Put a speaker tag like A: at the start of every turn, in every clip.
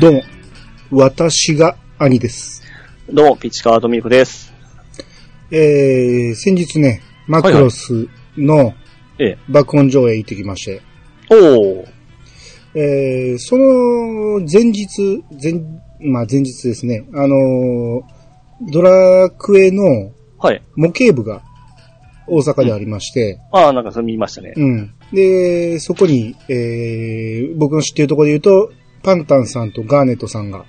A: どうも、私が兄です。
B: どうも、ピッチカートミルクです。
A: えー、先日ね、マクロスの
B: ええ。
A: 爆音上映行ってきまして、
B: おー。
A: えー、その前日、前、まあ前日ですね、あのードラクエの
B: はい。
A: 模型部が大阪でありまして、
B: ああ、なんかそれ見ましたね。
A: うん。で、そこに、えー、僕の知ってるところで言うと、パンタンさんとガーネットさんが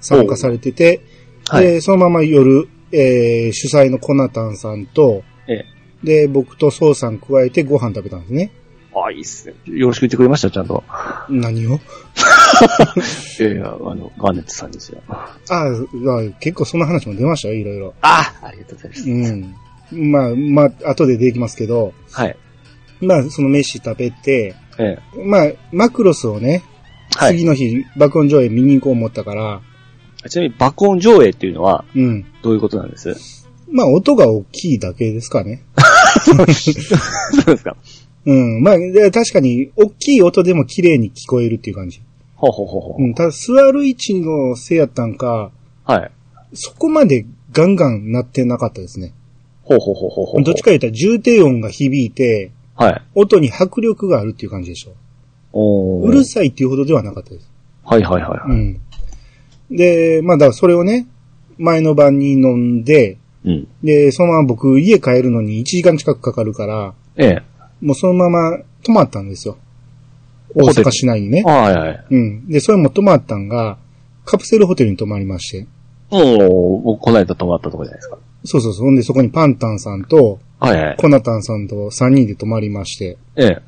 A: 参加されてて、
B: はい。
A: で、そのまま夜、えー、主催のコナタンさんと、
B: ええ。
A: で、僕とソウさん加えてご飯食べたんですね。
B: ああ、いいっすね。よろしく言ってくれました、ちゃんと。
A: 何を
B: いやいや、あの、ガーネットさんですよ。あ
A: ああ、結構そんな話も出ましたよ、いろいろ。
B: あ、ありがとうございます。
A: うん。まあ、まあ、後でできますけど、
B: はい。
A: まあ、その飯食べて、
B: ええ。
A: まあ、マクロスをね、
B: はい
A: 次。の日、爆音上映見に行こう思ったから、
B: ちなみに爆音上映っていうのは、
A: うん。
B: どういうことなんです そ
A: まあ、音が大きいだけですかね。
B: うですか
A: うん。まあ、で確かに、大きい音でも綺麗に聞こえるっていう感じ。
B: ほうほうほうほう
A: う。ん。ただ、座る位置のせいやったんか、
B: はい。
A: そこまでガンガン鳴ってなかったですね。
B: ほうほうほうほうほう。
A: どっちか言ったら重低音が響いて、
B: はい。
A: 音に迫力があるっていう感じでしょ。
B: おー
A: うるさいっていうほどではなかったです。
B: はいはいはいうはい。
A: ん。で、まあだからそれをね、前の晩に飲んで、
B: うん。
A: で、そのまま僕家帰るのに1時間近くかかるから、
B: ええ。
A: もうそのまま泊まったんですよ。大
B: ホテ
A: 阪
B: ル
A: 市内にね。
B: はいはい。
A: うん。で、それも泊まったんが、カプセルホテルに泊まりまして。
B: おー、僕この間泊まったとこじゃないですか。
A: そうそうそう。ほんで、そこにパンタンさんと、
B: はいはい。
A: コナタンさんと3人で泊まりまして。
B: ええ。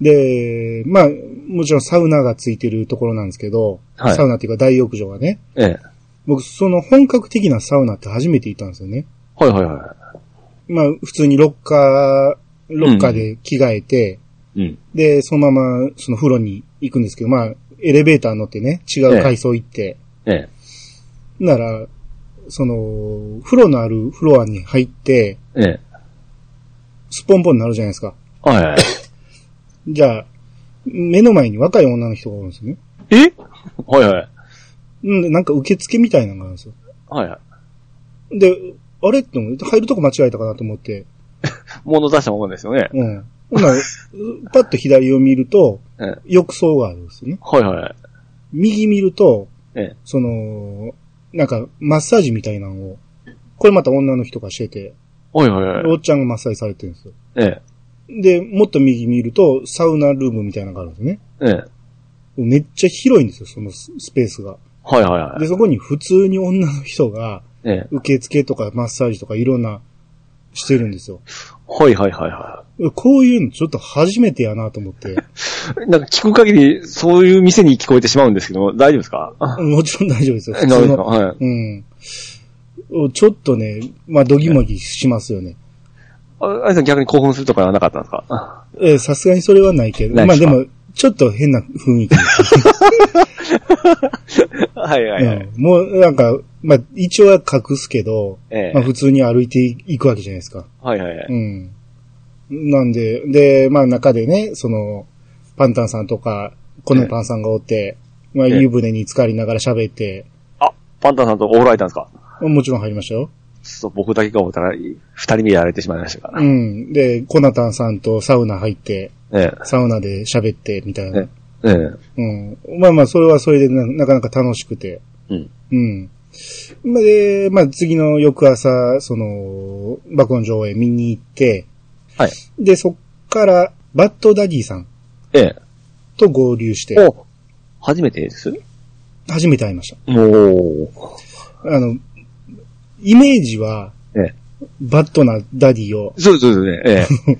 A: で、まあ、もちろんサウナがついてるところなんですけど、
B: はい
A: サウナっていうか大浴場がね、
B: ええ。
A: 僕その本格的なサウナって初めて行ったんですよね。
B: はいはいは
A: まあ、普通にロッカー、ロッカーで着替えて、
B: い。うん。
A: で、そのままその風呂に行くんですけど、まあ、エレベーター乗ってね、違う階層行って、
B: ええ。
A: なら、その、風呂のあるフロアに入って、
B: ええ。
A: スポンポンになるじゃないですか。
B: はいはい。
A: じゃあ、目の前に若い女の人がおるんですよね。
B: えはいはい。
A: うん、なんか受付みたいなのがあるんですよ。
B: はいはい。
A: で、あれって思って、入るとこ間違えたかなと思って。
B: 物出したもんですよね。
A: うん。ほ んなら、うパッと左を見ると、
B: ええ。
A: 浴槽があるんですよね。
B: はいはい。
A: 右見ると、
B: ええ。
A: その、なんか、マッサージみたいなのを、これまた女の人がしてて、
B: はいはいは
A: お
B: い。
A: っちゃんがマッサージされてるんですよ。
B: ええ。
A: で、もっと右見ると、サウナルームみたいなのがあるんですね。
B: ええ。
A: めっちゃ広いんですよ、そのススペースが。
B: はいはいは
A: で、
B: い。
A: そこに普通に女の人が、
B: ええ。
A: 受付とかマッサージとかいろんな、してるんですよ。
B: はいはいはいは
A: こういうのちょっと初めてやなと思 って。
B: い。なんか聞く限り、そういう店に聞こえてしまうんですけど、大丈夫ですかあ
A: もちろん大丈夫ですよ。
B: 大
A: 普
B: 丈
A: 通
B: 夫ですか
A: の。
B: はい。
A: うん。ちょっとね、まあ、ドギマギしますよね。
B: ああれさん逆に興奮するとかはなかったんですか
A: えーさすがにそれはないけど、
B: ない
A: まあで
B: ですか
A: も、ちょっと変な雰囲気、
B: はいはいはい。
A: うんもうなんか、まあ一応は隠すけど、
B: ええ
A: まあ普通に歩いていくわけじゃないですか。
B: はいはいは
A: う
B: い。
A: ん。なんで、で、まあ中でね、その、パンタンさんとか、コネパンさんがおって、まあ
B: ええ
A: 湯船に浸かりながら喋って、
B: あ、パンタンさんとおられたんですか
A: もちろん入りましたよ。
B: そう、僕だけか思ったら、二人目やられてしまいましたから
A: う。ん。で、コナタンさんとサウナ入って、
B: ええ。
A: サウナで喋って、みたいな。
B: ええ。
A: うん。まあまあ、それはそれでななかなか楽しくて。
B: うん。
A: うん。まあで、まあ次の翌朝、その、爆音上映見に行って、
B: はい。
A: で、そっから、バッドダディさん
B: え
A: と合流し
B: え。
A: て、
B: お初めてです
A: 初めて会いました。
B: もう、
A: あの、イメージは、
B: ええ。
A: バッドなダディを、
B: そうそうそうね。ええ。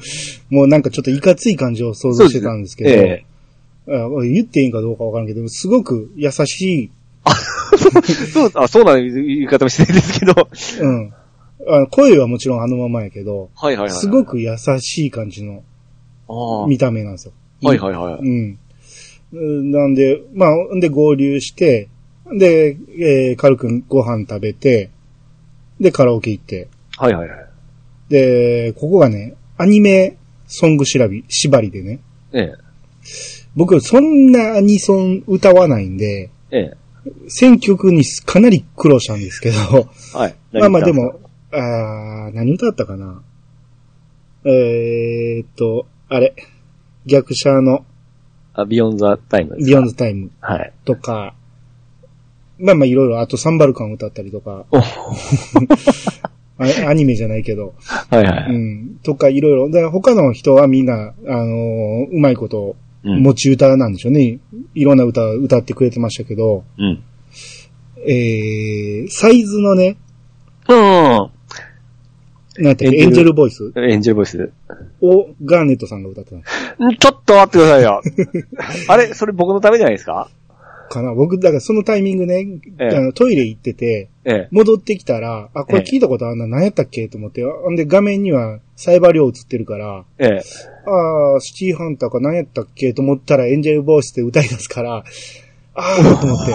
A: もうなんかちょっといかつい感じを想像してたんですけど、
B: ええ。
A: あ言っていいんかどうかわからんけど、すごく優し、
B: そう、あ、そうな言い方もしてないですけど。はい
A: うん。あの声はもちろんあのままやけど、
B: いはいはい。
A: すごく優しい感じの
B: ああ。
A: 見た目なんですよ。
B: はいはいはい。
A: うん。うんなんで、まあ、んで合流して、で、えー、カル君ご飯食べて、で、カラオケ行って、
B: はいはいはい。
A: で、ここがね、アニメソング調び、縛りでね、
B: ええ。
A: 僕そんなアニソン歌わないんで、
B: え
A: 選曲にすかなり苦労したんですけど、
B: え。はい。
A: まあまあでも、あー何歌ったかなえーっと、あれ、逆者の
B: あ。ビヨンザタイムですか。
A: ビヨンズタイム
B: はい。
A: とか、まあまあいろいろ、あとサンバルカン歌ったりとか、
B: お
A: あアニメじゃないけど、
B: はいは
A: う
B: い。
A: ん、とかいろいろ、だから他の人はみんな、あのーうまいこと、
B: うん。
A: 持ち歌なんでしょうね。いろんな歌歌ってくれてましたけど、
B: うん。
A: えー、サイズのね、
B: うん。
A: なんていう
B: エ
A: エ
B: ン
A: ン
B: ジ
A: ジェ
B: ェル
A: ルボイス
B: エンジェルボイスで。
A: をガーネットさんが歌ってたの
B: んちょっと待ってくださ いよ。あれそれ僕のためじゃないですか
A: かな。僕、だからそのタイミングね、
B: ええ
A: あのトイレ行ってて、
B: ええ。
A: 戻ってきたら、あ、これ聞いたことあんな、何やったっけと思って、ほんで画面にはサイバー量映ってるから、
B: ええ。
A: あーシティーハンターか何やったっけと思ったらエンジェルボイスで歌い出すから、あーと思って、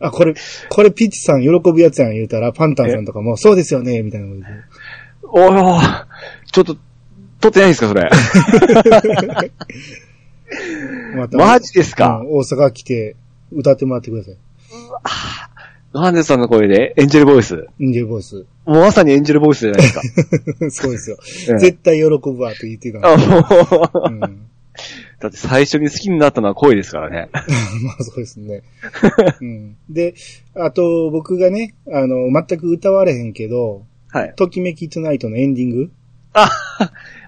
A: あ、これ、これピッチさん喜ぶやつやん言うたら、パンタンさんとかも、そうですよね、みたいなことで。
B: おーちょっと、撮ってないですか それ。
A: また
B: マジですか
A: うん大阪来て歌ってもらってください。
B: ガーネットさんの声で、エンジェルボイス。
A: エンジェルボイス。
B: もうまさにエンジェルボイスじゃないですか。
A: そうですよ。
B: ええ
A: 絶対喜ぶわと言ってたの
B: あもう
A: うん、 ま
B: だって最初に好きになったのは声ですからね。
A: あそうですね、うん。で、あと僕がね、あの、全く歌われへんけど、
B: はい。
A: ときめきトゥナイトのエンディン グ。
B: あ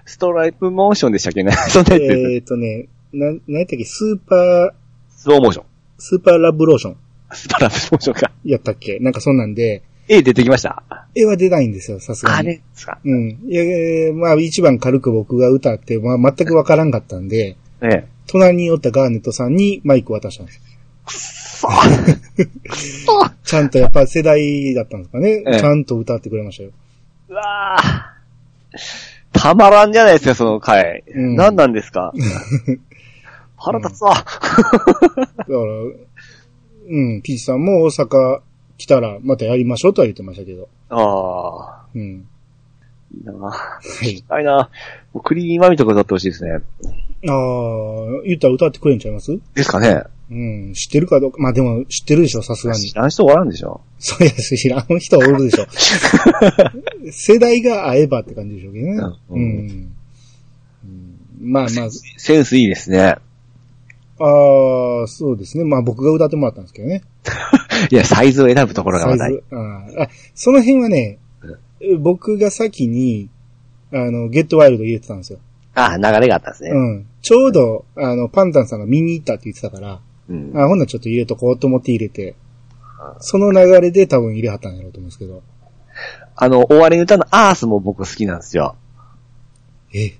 B: ストライプモーションでしたっけね。そんなやつです、
A: えっ、とね、な、なんやったっけ、スーパー、
B: スローモーション。
A: スーパーラブローション
B: ストライプモーションか。
A: やったっけなんかそんなんで、
B: 絵出てきました。
A: 絵は出ないんですよ、さすが
B: あ
A: に。
B: れですか。
A: うん。いや、えーまあ一番軽く僕が歌って、まあ全くわからんかったんで、
B: ええ。
A: 隣におったガーネットさんにマイク渡したんです。
B: そうそう
A: ちゃんとやっぱ世代だったんですかね。
B: ええ
A: ちゃんと歌ってくれましたよ。
B: うわぁ。たまらんじゃないですか、その回。
A: うん
B: 何なんですか腹立つわ。
A: だから、うん、ピーチさんも大阪来たらまたやりましょうとは言ってましたけど。
B: ああ、
A: うん。
B: いいなぁ。
A: はい。
B: あいなぁ。もうクリーンマミとか歌ってほしいですね。
A: ああ、言ったら歌ってくれんちゃいます
B: ですかね。
A: うん、知ってるかどうか。まあでも知ってるでしょ、さすがに
B: 知。らん人笑うんでしょ
A: そうやし、知らん人おるでし ょ。世代が合えばって感じでしょうけどね。
B: う
A: うんん。うんまあ まあ、
B: センスいいですね。
A: ああ、そうですね。まあ僕が歌ってもらったんですけどね。
B: いや、サイズを選ぶところがまた
A: サ
B: い
A: イ
B: い。
A: ズあーあその辺はね、僕が先に、あの、ゲットワイルド入れてたんですよ。
B: ああ、流れがあったんですね。
A: うん。ちょうど、あの、パンタンさんが見に行ったって言ってたから、
B: うん。
A: あ、ほんならちょっと入れとこうと思って入れて、その流れで多分入れはったんやろうと思うんですけど。
B: あの、終わりの歌のアースも僕好きなんですよ。
A: え、
B: え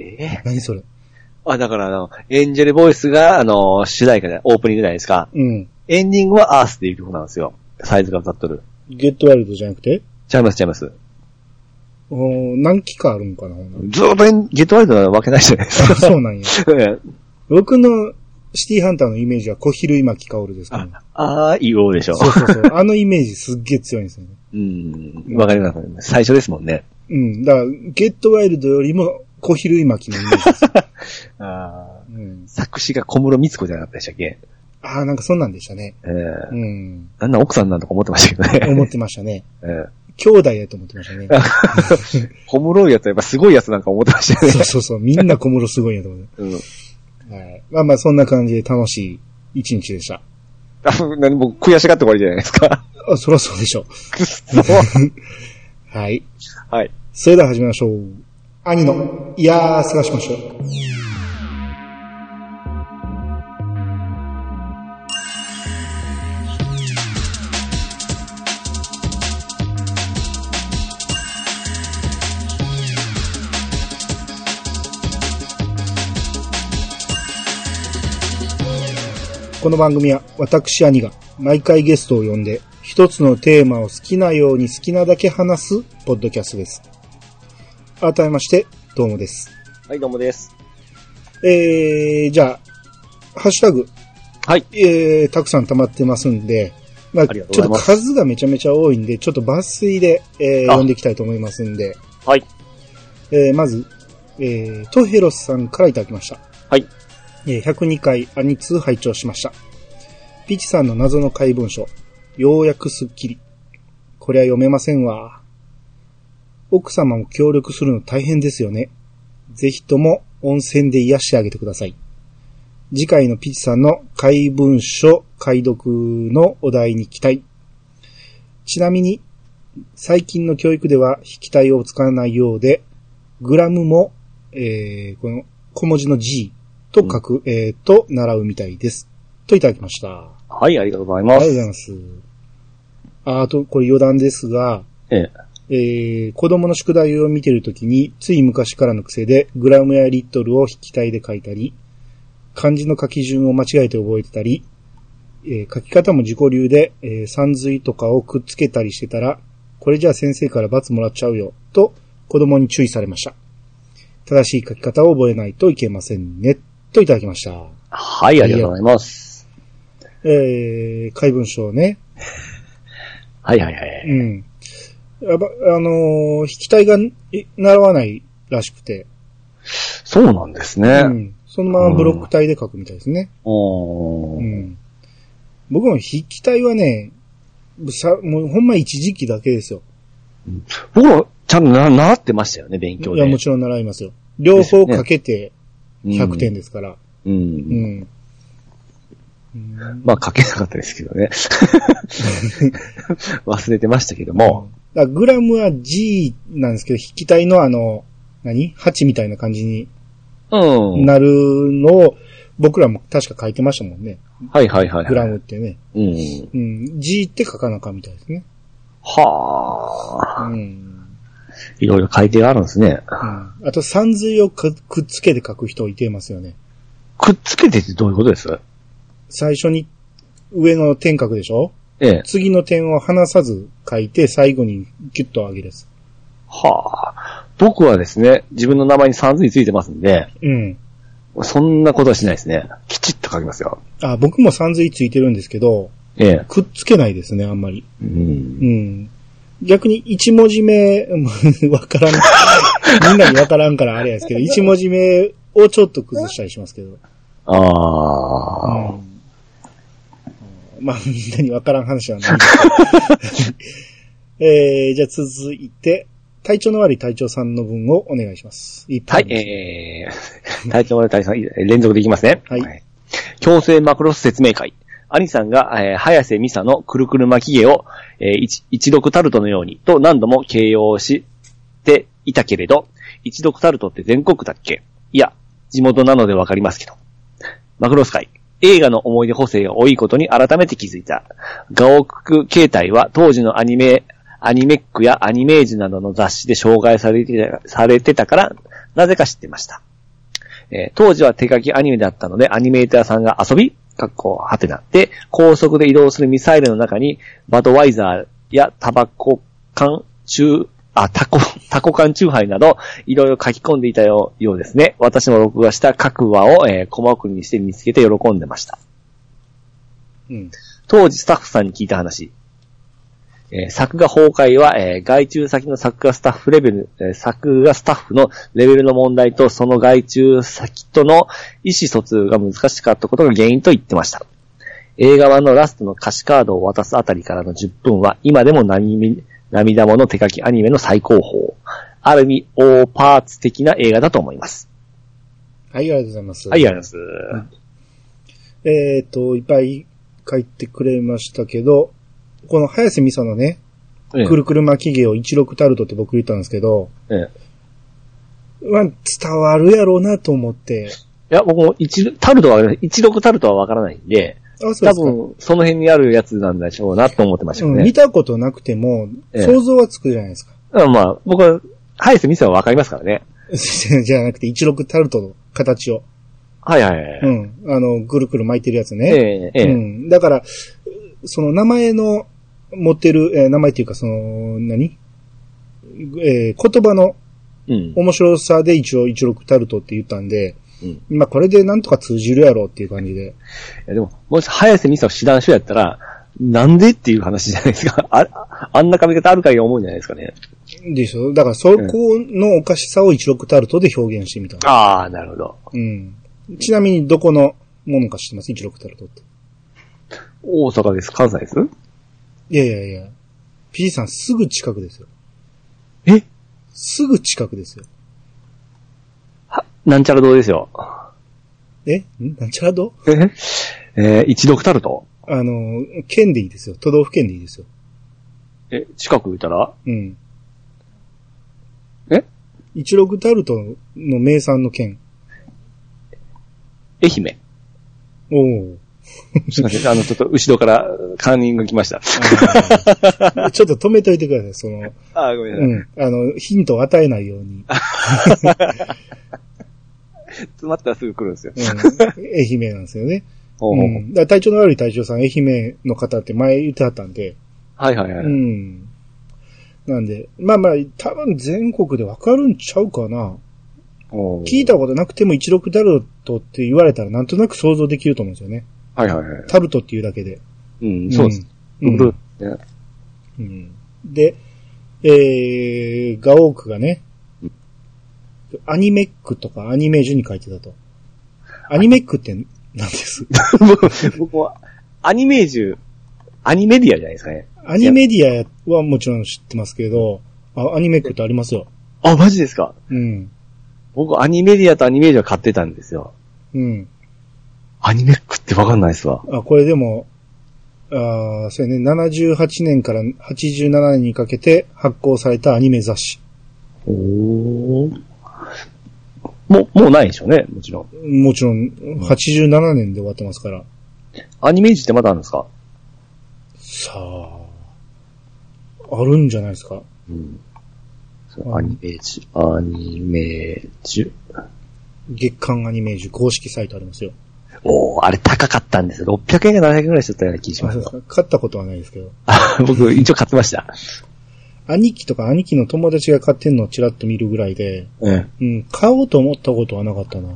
B: え
A: 何それ
B: あ、だからあの、エンジェルボイスが、あの、主題歌で、オープニングじゃないですか。
A: うん。
B: エンディングはアースっていう曲なんですよ。サイズが歌っとる。
A: ゲットワイルドじゃなくて
B: ちゃいます、ちゃいます。
A: おー何期かあるんかなほんなら
B: ずーっとエンゲットワイルドなわけないじゃないですか。
A: そうなんや。
B: ええ
A: 僕のシティハンターのイメージは小昼今木薫ですけど、ね。
B: ああ、いいおでしょ。
A: そうそうそう。あのイメージすっげえ強いんですよね。
B: うん。わかります。最初ですもんね。
A: うん。だから、ゲットワイルドよりも小昼今木のイメージです。
B: ああ。
A: うん。
B: 作詞が小室光子じゃなかったでしたっけ
A: ああ、なんかそんなんでしたね。
B: ええ
A: うん。
B: あんな奥さんなんとか思ってましたけどね。
A: 思ってましたね。
B: ええ
A: 兄弟やと思ってましたね。
B: 小室いやつやっぱすごいやつなんか思ってましたよ
A: そ
B: ね
A: う。そうそう。みんな小室すごいんやと思っ
B: うん。
A: て。はい。まあまあ、そんな感じで楽しい一日でした。
B: あ、何も悔しがって終わりじゃないですか。
A: あ、そらそうでしょ。
B: くっそう
A: はい。
B: はい。
A: それでは始めましょう。兄の、いやー、探しましょう。この番組は私兄が毎回ゲストを呼んで一つのテーマを好きなように好きなだけ話すポッドキャストです。改めまして、どうもです。
B: はい、どうもです。
A: えー、じゃあ、ハッシュタグ、
B: はい。
A: えー、たくさん溜まってますんで、まあ、
B: あり
A: ちょ
B: が
A: っ
B: とうござ
A: と
B: います
A: 数がめちゃめちゃ多いんで、ちょっと抜粋で、えー、
B: あ
A: 読んでいきたいと思いますんで、
B: はい。
A: えーまず、えー、トヘロスさんからいただきました。
B: はい。
A: えー102回アニツ拝聴しました。ピチさんの謎の怪文書。ようやくすっきり。これは読めませんわ。奥様も協力するの大変ですよね。ぜひとも温泉で癒してあげてください。次回のピチさんの怪文書解読のお題に期待。ちなみに、最近の教育では筆記体を使わないようで、グラムも、えー、この小文字の G と書く、えー、と習うみたいです。といただきました。あ
B: はい、ありがとうござい
A: り
B: ま
A: がとうご
B: す。
A: ざいます。ああと、これ余談ですが、
B: ええ。
A: えー子供の宿題を見てるときに、つい昔からの癖で、グラムやリットルを筆記体で書いたり、漢字の書き順を間違えて覚えてたり、えー書き方も自己流で、えー、三髄とかをくっつけたりしてたら、これじゃあ先生から罰もらっちゃうよ、と子供に注意されました。正しい書き方を覚えないといけませんね、といただきました。
B: はい、ありがとうございます。
A: えー、怪文書ね。
B: はい、はい、はい。
A: うん。やっぱ、あのー筆記体がえ習わないらしくて、
B: そうなんです
A: う
B: ね。
A: ん。そのままブロック体で書くみたいですね。
B: う。
A: うんん。僕も筆記体はね、さ、もうほんま一時期だけですよ。
B: 僕ら、ちゃんとな習ってましたよね、勉強
A: い
B: で。
A: や、もちろん習いますよ。両方かけて100点
B: で。
A: ですから。
B: うん。
A: う
B: うん
A: ん。うん
B: まあ、書けなかったですけ どね。忘れてましたけども。
A: だからグラムは G なんですけど、筆記体のあの、何 ?8 みたいな感じに
B: うん。
A: なるのを、僕らも確か書いてましたもんね。
B: はい、はい、はい。
A: グラムってね。
B: うん。
A: うん。G って書かなあかんみたいですね。
B: はあ。
A: うん。
B: いろいろ改定があるんですね。
A: うんあと、三髄をくくっつけて書く人いてますよね。
B: くっつけてってどういうことです
A: 最初に上の点書くでしょ
B: ええ。
A: 次の点を離さず書いて、最後にキュッと上げるやつ。
B: はあ。僕はですね、自分の名前に三髄ついてますんで、
A: うん。
B: そんなことはしないですね。きちっと書きますよ。
A: あ、僕も三髄ついてるんですけど、
B: ええ。
A: くっつけないですね、あんまり。
B: うん。
A: うん。逆に一文字目、 もうわからん。みんなにわからんからあれやですけど、一文字目をちょっと崩したりしますけど。
B: あ
A: う
B: あ。
A: んまあ、 みんなにわからん話は ないんですけど。えー、じゃあ続いて、体調の悪い隊長さんの分をお願いします。いっぱ
B: はいい、えー、体調の大さん、連続でいきますね。
A: はい
B: 強制マクロス説明会。兄さんが、えー、早瀬美沙のくるくる巻き毛を、えー一一読タルトのようにと何度も形容していたけれど、一読タルトって全国だっけいや、地元なのでわかりますけど。マクロス会。映画の思い出補正が多いことに改めて気づいた。ガオク形態は当時のアニメ、アニメックやアニメージュなどの雑誌で紹介されてたされてたから、なぜか知ってました。えー当時は手書きアニメだったので、アニメーターさんが遊び、かっこはてなって、高速で移動するミサイルの中に、バドワイザーやタバコ缶、中、あ、タコ、 タコ缶チューハイなど、いろいろ書き込んでいたようようですね。私も録画した各話を、えー、コマ送りにして見つけて喜んでました。
A: うん。
B: 当時スタッフさんに聞いた話。えー作画崩壊は、えー外注先の作画スタッフレベル、えー作画スタッフのレベルの問題と、その外注先との意思疎通が難しかったことが原因と言ってました。映画版のラストの歌詞カードを渡すあたりからの10分は、今でも涙涙もの手書きアニメの最高峰。ある意味、大パーツ的な映画だと思います。
A: はい、ありがとうございます。
B: はい、ありがとうございます。
A: えっ、と、いっぱい書いてくれましたけど、この早瀬美沙のね、
B: ええ
A: くるくる巻き毛を一六タルトって僕言ったんですけど、
B: ええ
A: まあ、伝わるやろうなと思って。
B: いや、僕も一、タルトは、一読タルトはわからないんで、
A: あ、そう
B: 多
A: ですか。
B: 分、その辺にあるやつなんでしょうなと思ってましたよ
A: うん、見
B: ね。
A: たことなくても、
B: ええ
A: 想像はつくじゃないですか。
B: うん、まあ、僕は、ハイスミスはわかりますからね。
A: じゃなくて、一六タルトの形を。
B: はいはいはい。
A: うん。あの、ぐるぐる巻いてるやつ
B: え
A: ね。
B: えええ
A: うん。だから、その名前の、持ってる、えー名前っていうか、その、何えー言葉の
B: うん。
A: 面白さで一応一六タルトって言ったんで、
B: うんい
A: まあこれでなんとか通じるやろうっていう感じで。
B: やでも、もし、ハイスミスを知らん人やったら、なんでっていう話じゃないですか。あ、あんな髪型あるかい思うんじゃないですかね。
A: でしょだからそこのおかしさを一六タルトで表現してみた。
B: ああ、なるほど。
A: うん。ちなみにどこのものか知ってます一六タルトって。
B: 大阪です。関西です
A: いやいやいや。P さんすぐ近くですよ。
B: え
A: すぐ近くですよ。
B: は、なんちゃら堂ですよ。
A: えんなんちゃらど
B: ええー、一読タルト
A: あの、県でいいですよ。都道府県でいいですよ。
B: え、近く言ったら
A: うん。
B: え
A: 一六タルトの名産の県。
B: 愛媛。
A: おお。
B: すいません。あの、ちょっと後ろからカーニング来ました。
A: あの ちょっと止めといてください、その、
B: あーごめんなさ
A: う
B: い。
A: ん。あの、ヒントを与えないように。
B: 詰まったらすぐ来るんですよ
A: う。ん、愛媛なんですよね。
B: ほう
A: う。
B: ほうほうん
A: だから体調の悪い隊長さん、愛媛の方って前言ってはったんで。
B: はいはいは
A: う
B: い。
A: ん。なんで、まあまあ、多分全国でわかるんちゃうかな。
B: ほう
A: 聞いたことなくても一六タルトって言われたらなんとなく想像できると思うんですよね。
B: はいはいはい。
A: タルトっていうだけで。
B: うん、そうです。
A: うん。
B: ルーね
A: うんで、えー、ガオークがね、アニメックとかアニメージュに書いてたと。アニメックって何です
B: 僕僕は、アニメージュ、アニメディアじゃないですかね。
A: アニメディアはもちろん知ってますけど、あアニメックってありますよ。
B: あ、マジですか
A: うん。
B: 僕、アニメディアとアニメージュは買ってたんですよ。
A: うん。
B: アニメックってわかんないっすわ。
A: あ、これでも、あーそうやね、78年から87年にかけて発行されたアニメ雑誌。
B: おー。もう、もうないでしょうね、もちろん。
A: もちろん、87年で終わってますから。
B: アニメージュってまだあるんですか
A: さあ、あるんじゃないですか。
B: うん。
A: うん
B: アニメージュ、アニメージュ。
A: 月刊アニメージュ公式サイトありますよ。
B: おー、あれ高かったんですよ。600円か700円ぐらいしちゃったような気がし
A: あ
B: ま
A: そう
B: す
A: です。か買ったことはないですけど。
B: 僕、一応買ってました。
A: 兄貴とか兄貴の友達が買ってんのをチラッと見るぐらいで、
B: うん。
A: うん、買おうと思ったことはなかったな。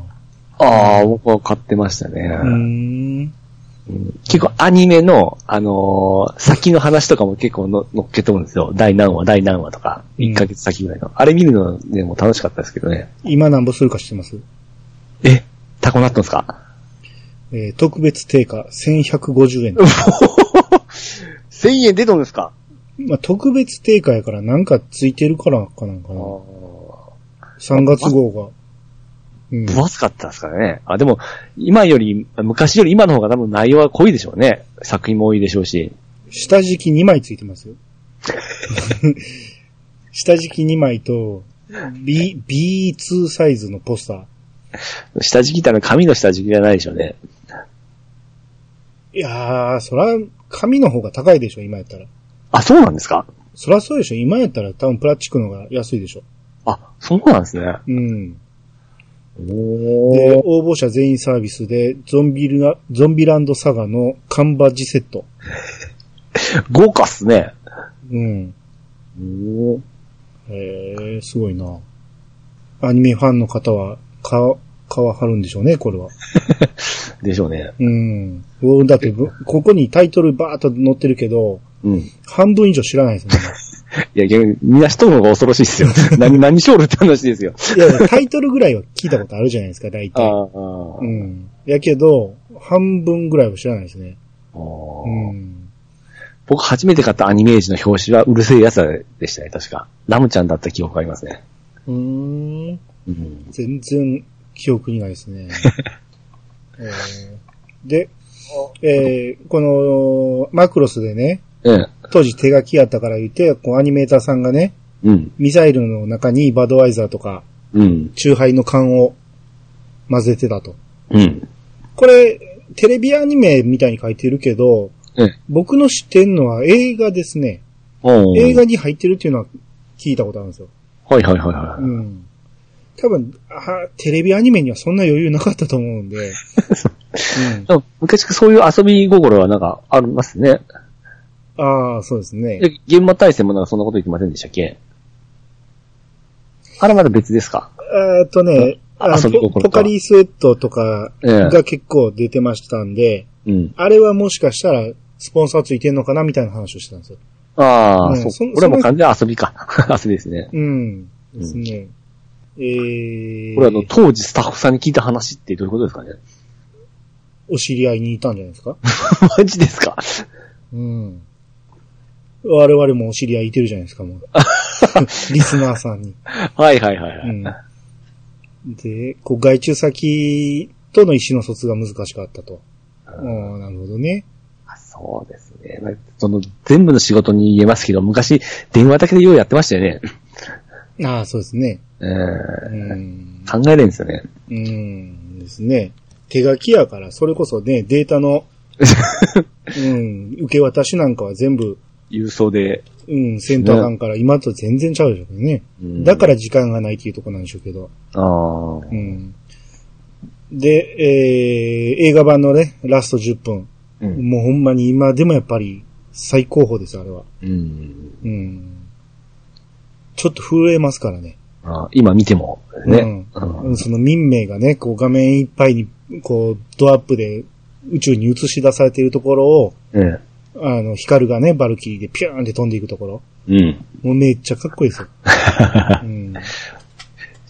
B: ああ、僕は買ってましたね。
A: うーん。
B: 結構アニメの、あのー先の話とかも結構の乗っけとるんですよ。第何話、第何話とか。
A: うん
B: 1ヶ月先ぐらいの。あれ見るのでも楽しかったですけどね。
A: 今何ぼするか知ってます
B: えタコなったんです か
A: えー特別定価1150円。
B: ?1000 円出とんですか
A: まあ、特別定価やからなんかついてるからかなんか
B: あ
A: な。
B: ー
A: 3月号が。うん。
B: 分厚かったですからね。あ、でも、今より、昔より今の方が多分内容は濃いでしょうね。作品も多いでしょうし。
A: 下敷き2枚ついてますよ。 下敷き2枚と、B、B2 サイズのポスター。
B: 下敷きってあの紙の下敷きじゃないでしょうね。
A: いやー、そら、紙の方が高いでしょ、今やったら。
B: あ、そうなんですか
A: そらそうでしょ、今やったら多分プラスチックの方が安いでしょ。
B: あ、そうなんですね。
A: うん。で
B: お、
A: 応募者全員サービスで、ゾンビラ、ゾンビランドサガの缶バッジセット。
B: 豪華っすね。
A: うん。
B: お
A: えー、すごいな。アニメファンの方は、か、皮張るんでしょうね、これは。
B: でしょうね。
A: うん。おだってぶ、ここにタイトルバーっと載ってるけど、
B: うん。い
A: 半分以上知らないですね。
B: や、逆に、みんなしとるのが恐ろし いですよ。何、何しょるって話ですよ。
A: いやいや、タイトルぐらいは聞いたことあるじゃないですか、大体。
B: ああ。
A: うん。やけど、半分ぐらいは知らないですね。う
B: うん
A: ん。
B: 僕初めて買ったアニメージの表紙はうるせえやつでしたね、確か。ラムちゃんだった記憶がありますね。
A: うーん。
B: うん。
A: 全然記憶にないですね。えーで、えーこの、マクロスでね、
B: うん。
A: 当時手書きやったから言って、こうアニメーターさんがね、
B: うん。
A: ミサイルの中にバドワイザーとか、
B: うん。
A: チューハイの缶を混ぜてたと。
B: うん。
A: これ、テレビアニメみたいに書いてるけど、
B: うん
A: 僕の知ってんのは映画ですね。
B: おー
A: 映画に入ってるっていうのは聞いたことあるんですよ。
B: はいはいはいは
A: うん。多分、あテレビアニメにはそんな余裕なかったと思うん で。
B: い。でも昔からそういう遊び心はなんかありますね。
A: うん、ああ、そうですね。
B: で現場対戦もなんかそんなこと言ってませんでしたっけあれまだ別ですか
A: えーっとね、
B: あ
A: あ
B: 遊び
A: の
B: 心
A: ポ
B: か
A: ポカリスエットとか
B: ええ
A: が結構出てましたんで、
B: うん。
A: あれはもしかしたらスポンサーついてんのかなみたいな話をしてたんですよ。
B: ああ、
A: ねそ
B: そう。これはもう完全に遊びか。 遊びですね。
A: うん。
B: うん
A: ですね。えー、
B: これあの、当時スタッフさんに聞いた話ってどういうことですかね
A: お知り合いにいたんじゃないですか
B: マジですか
A: うん。我々もお知り合いいてるじゃないですか、 もう。リスナーさんに。
B: はいはいはいは
A: う
B: い。
A: ん。で、こう、外注先との意思の疎通が難しかったと。うん、なるほどね。
B: あそうですね。まあその、全部の仕事に言えますけど、昔、電話だけでようやってましたよ ね。
A: ああ、そうですね。
B: うん
A: うん。
B: 考えれんですよね。
A: うん、ですね。手書きやから、それこそね、データ の、うん、受け渡しなんかは全部、
B: 郵送で。
A: うん、センター間から今と全然ちゃうでしょうね。
B: うん
A: だから時間がないっていうとこなんでしょうけど。
B: ああ。
A: うん。で、えー、映画版のね、ラスト10分。
B: うん。
A: もうほんまに今でもやっぱり最高峰です、あれは。
B: うん。
A: うん。ちょっと震えますからね。
B: あー今見ても、ね。
A: う
B: うん
A: うんその民名がね、こう画面いっぱいに、こう、ドアップで宇宙に映し出されているところを、
B: うん。
A: あの、光がね、バルキリーでピューンって飛んでいくところ。
B: うん。
A: もうめっちゃかっこいいですよ。うん、
B: ちょっ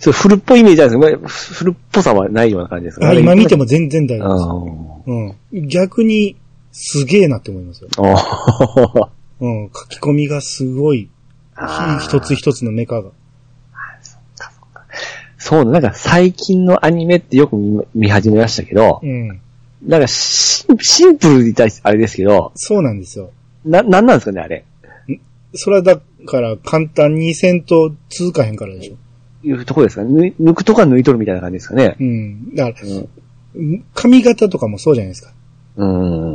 B: と古っぽいイメージなんですけど、まあふ古っぽさはないような感じですか
A: あ今見て
B: も。
A: も全然大丈夫です。
B: あ
A: うん。逆に、すげえなって思いますよ。
B: あ。
A: うん。書き込みがすごい。
B: あー
A: ひ一つ一つのメカが。
B: そうだ、なんか最近のアニメってよく見見始めましたけど
A: う、ん。
B: なんかシンシンプルに対してあれですけど、
A: そうなんですよ。
B: な、なんなんですかね、あれ。
A: それはだから簡単に戦闘続かへんからでしょ。
B: いうとこですかね。抜い抜くとか抜いとるみたいな感じですかね。
A: うん。だから、
B: うん。
A: 髪型とかもそうじゃないですか。
B: う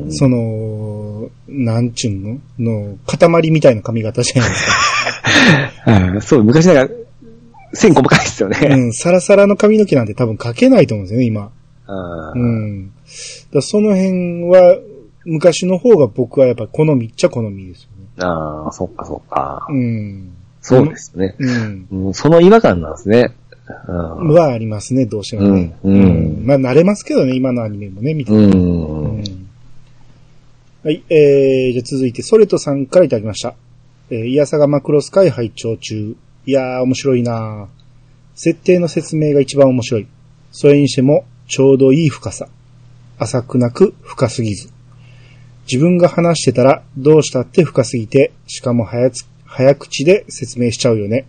B: ん。
A: その、なんちゅうのの、塊みたいな髪型じゃないです か。
B: うんそう、昔なんか、線細かいですよ
A: う
B: ね。
A: ん。サラサラの髪の毛なんて多分描けないと思うんですよね、今。
B: うん
A: うん。だからその辺は、昔の方が僕はやっぱ好みっちゃ好みですよね。
B: ああ、そっかそっか。
A: うん。
B: そうですね。
A: うん。
B: うんその違和感なんですね。うん
A: はありますね、どうしてもね。
B: うんうん
A: まあ、慣れますけどね、今のアニメもね、見て。
B: う。
A: うんはい、えー、じゃあ続いて、ソレトさんからいただきました。えー、イヤサガマクロス会拝聴中。いやー、面白いなー設定の説明が一番面白い。それにしても、ちょうどいい深さ。浅くなく深すぎず。自分が話してたら、どうしたって深すぎて、しかも早つ早口で説明しちゃうよね。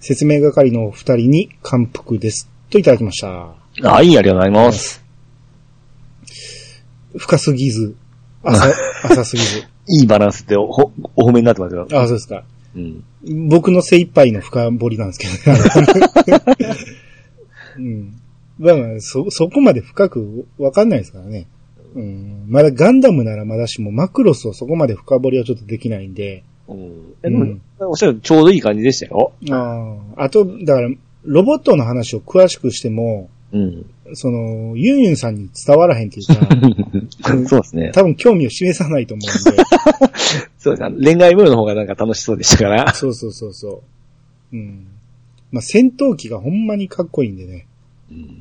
A: 説明係のお二人に感服です。といただきました。
B: あ、いい、ありがとうございます。
A: 深すぎず、浅、 浅すぎず。
B: いいバランスってお、ほお褒めになってますよ。
A: あ、そうですか。
B: うん。
A: 僕の精一杯の深掘りなんですけどね。 うん。まあまあ、そ、そこまで深くわかんないですからね。うん。まだガンダムならまだしも、マクロスをそこまで深掘りはちょっとできないんで。
B: うんえでも、おっしゃるちょうどいい感じでしたよ。
A: ああ。あと、だから、ロボットの話を詳しくしても、
B: うん。
A: その、ユンユンさんに伝わらへんっていうか、ん
B: そうですね。
A: 多分興味を示さないと思うんで。
B: そうですね。恋愛ムードの方がなんか楽しそうでしたから。
A: そうそうそうそう。うん。まあ、戦闘機がほんまにかっこいいんでね。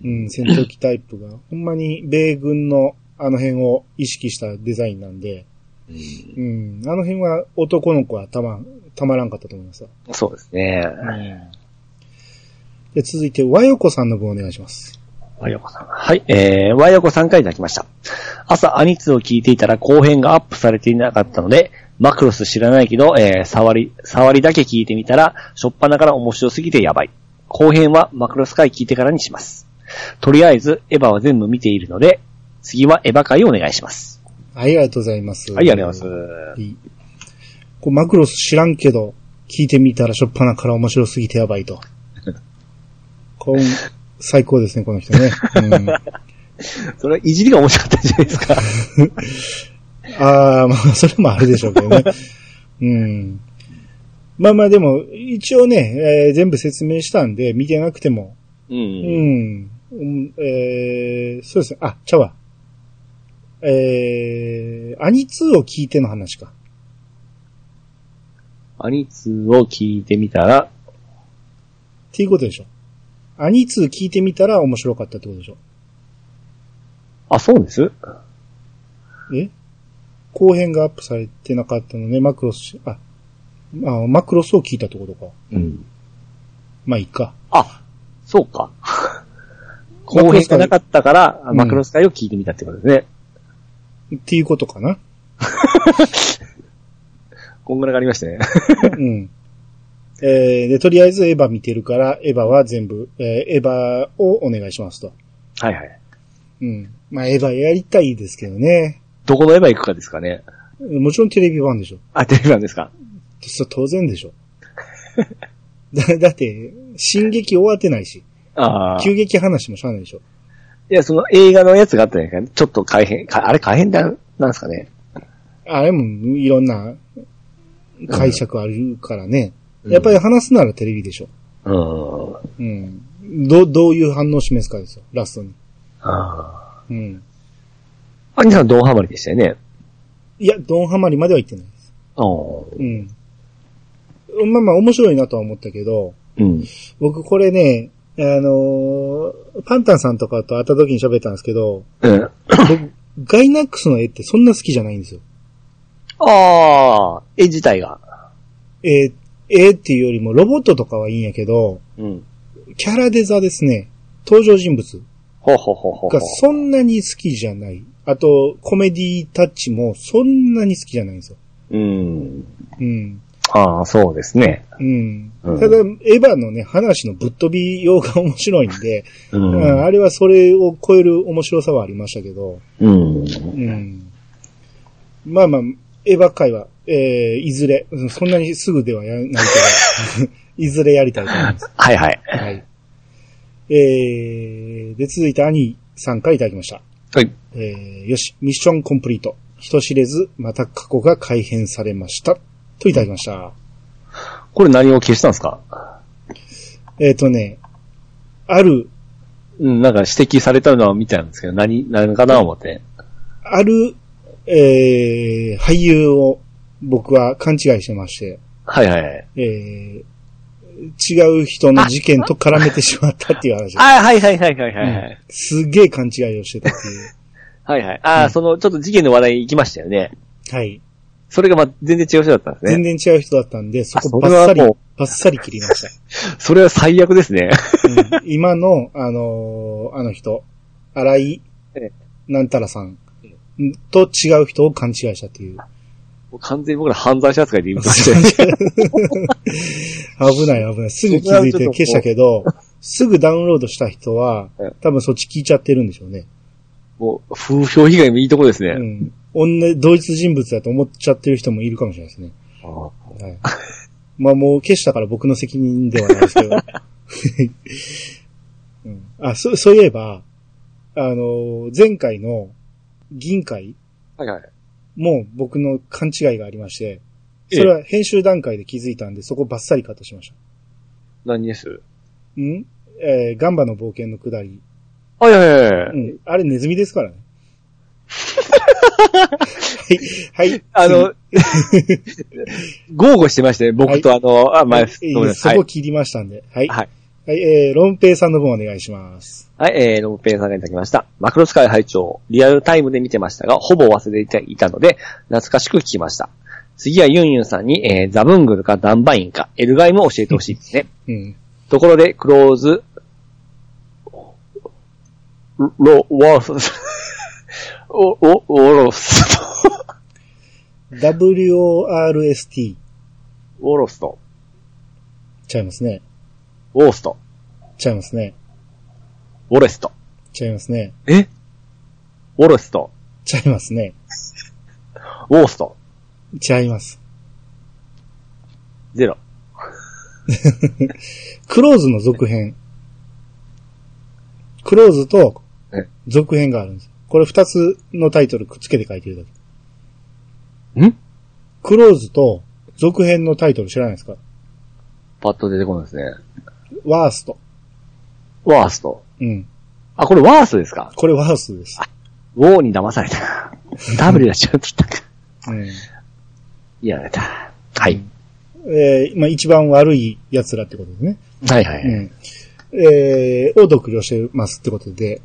A: うん、戦闘機タイプが、ほんまに米軍のあの辺を意識したデザインなんで、
B: うん
A: うん、あの辺は男の子はたま、たまらんかったと思いますわ。
B: そうですね。
A: うん。で、続いて、和よこさんの分お願いします。
B: 和よこさん。はい。えー、和よこさんからいただきました。朝、アニツを聞いていたら後編がアップされていなかったので、マクロス知らないけど、えー、触り、触りだけ聞いてみたら、しょっぱなから面白すぎてやばい。後編はマクロス回聞いてからにします。とりあえず、エヴァは全部見ているので、次はエヴァ回をお願いします。
A: はい、ありがとうございます。
B: はい、ありがとうござ
A: ま。
B: います
A: こうマクロス知らんけど、聞いてみたらしょっぱなから面白すぎてやばいと。こう最高ですね、この人ね。うん
B: す。それはいじりが面白かったんじゃないですか。
A: ああ、まあ、それもあるでしょうけどね。うん。まあまあでも、一応ね、えー全部説明したんで、見てなくても。
B: う。
A: うんん。うんえー、そうですね。あ、ちゃうわ。えー、アニ2を聞いての話か。
B: アニツを聞いてみたら、
A: っていうことでしょ。アニ2聞いてみたら面白かったってことでしょ。
B: あ、そうです
A: え後編がアップされてなかったので、マクロス、あ、あマクロスを聞いたってことか。
B: うん。
A: まあいいか。
B: あ、そうか。公平がなかったから、
A: ん
B: マクロスカイを聞いてみたってことですね。
A: っていうことか な。
B: こんぐらいがありましたね。
A: うん。えー、で、とりあえずエヴァ見てるから、エヴァは全部、えーエヴァをお願いしますと。
B: はいはい。
A: うん。まあ、エヴァやりたいですけどね。
B: どこのエヴァ行くかですかね。
A: もちろんテレビ版でしょ。
B: あ、テレビなんですか。
A: そ当然でしょ。 だだって、進撃終わってないし、
B: ああ。
A: 急
B: い
A: 激話もしゃあないでしょ。
B: や、その映画のやつがあったじゃないですか。ちょっと改変、かあれ改変だ、なんですかね。
A: あれもいろんな解釈あるからね。
B: うん
A: やっぱり話すならテレビでしょ。
B: うん。
A: うん。ど、どういう反応を示すかですよ、ラストに。
B: ああ。
A: うん。
B: アニさん、ドンハマりでしたよね。
A: いや、ドンハマりまでは行ってないです。
B: ああ。
A: うん。まあまあ面白いなとは思ったけど、
B: うん。
A: 僕これね、あのーパンタンさんとかと会った時に喋ったんですけど、
B: うん。
A: ガイナックスの絵ってそんな好きじゃないんですよ。
B: ああ、絵自体が。
A: えー絵っていうよりもロボットとかはいいんやけど、
B: うん。
A: キャラデザですね。登場人物
B: ほうほうほうほうほう
A: が。そんなに好きじゃない。あと、コメディタッチもそんなに好きじゃないんですよ。
B: うん。
A: うん。
B: ああ、そうですね。
A: うん。
B: うん
A: ただ、エヴァのね、話のぶっ飛びようが面白いんで、
B: う
A: うん
B: ん。
A: あれはそれを超える面白さはありましたけど、
B: うん。
A: うん。まあまあ、エヴァ界は、えー、いずれ、うんそんなにすぐではやらないけど、 いずれやりたいと思います。
B: はいはい。
A: はい。えー、で、続いて兄さんからいただきました。
B: はい。
A: えー、よし、ミッションコンプリート。人知れず、また過去が改変されました。といただきました。
B: これ何を消したんですか
A: えっ、ー、とね、ある、
B: うん、なんか指摘されたのは見たんですけど、何、何かな思って。
A: ある、えー、俳優を僕は勘違いしてまして、
B: はいはいはい。
A: えー、違う人の事件と絡めてしまったっていう話。
B: あはいはいはいはいはい。はい
A: すげえ勘違いをしてたっていう。
B: はいはい。ああ、その、ちょっと事件の話題行きましたよね。
A: はい。
B: それがま、全然違う人だったんです
A: 全
B: ね。
A: 然違う人だったんで、そこバ
B: あそれ
A: ッ
B: は
A: サリ、
B: も
A: バッサリ切りました。
B: それは最悪ですね。
A: うん今の、あのーあの人、荒井
B: ええ、
A: なんたらさん、と違う人を勘違いした っていう。
B: もう完全に僕ら犯罪者扱いで言うとして。
A: 危ない危ない。すぐ気づいて消したけど、すぐダウンロードした人は
B: ええ、
A: 多分そっち聞いちゃってるんでしょうね。
B: もう、風評被害もいいとこですね。
A: うん。同じ、同一人物だと思っちゃってる人もいるかもしれないですね。
B: ああ
A: はい。まあもう消したから僕の責任ではないですけど。 うん、あ、そ、そういえば、あのー前回の銀会
B: はいはい。
A: も僕の勘違いがありまして、
B: ええ
A: それは編集段階で気づいたんで、そこバッサリカットしました。
B: 何です
A: うんえーガンバの冒険のくだり。
B: はいはいはい。
A: うん。あれネズミです からね。はい。はい。
B: あの、豪語してましたね。僕とあの、あ、まあ、
A: 次、
B: そ
A: はい
B: うで
A: えー
B: す。
A: そ
B: はい
A: こ。切りましたんで。はい。
B: はい。
A: はい、えー、ロンペイさんの分お願いします。
B: はい、えー、ロムペンさんがいただきました。マクロスカイ拝聴リアルタイムで見てましたが、ほぼ忘れていたので、懐かしく聞きました。次はユンユンさんに、えー、ザブングルかダンバインか、エルガイムを教えてほしいですね。
A: うん。
B: ところで、クローズ、ロ、ワース、お、お、おロスと、
A: WORST。
B: ウォロスと、
A: ちゃいますね。
B: ウォースト、
A: ちゃいますね。
B: ウォレスト、
A: ちゃいますね。
B: えウォロスト、
A: ちゃいますね。
B: ウォースト、
A: ちゃいます。
B: ゼロ。
A: クローズの続編。クローズと
B: え
A: 続編があるんです。これ二つのタイトルくっつけて書いてるだけ。
B: ん
A: クローズと続編のタイトル知らないですか
B: パッと出てこないですね。
A: ワースト。
B: ワースト。
A: うん。
B: あ、これワーストですか
A: これワーストです。
B: ウォーに騙された。W がちゃんとったか。
A: うん。
B: やられた。はい。
A: えー、まあ一番悪い奴らってことですね。
B: はいは
A: う
B: い。
A: ん。えー、を読了してますってことで。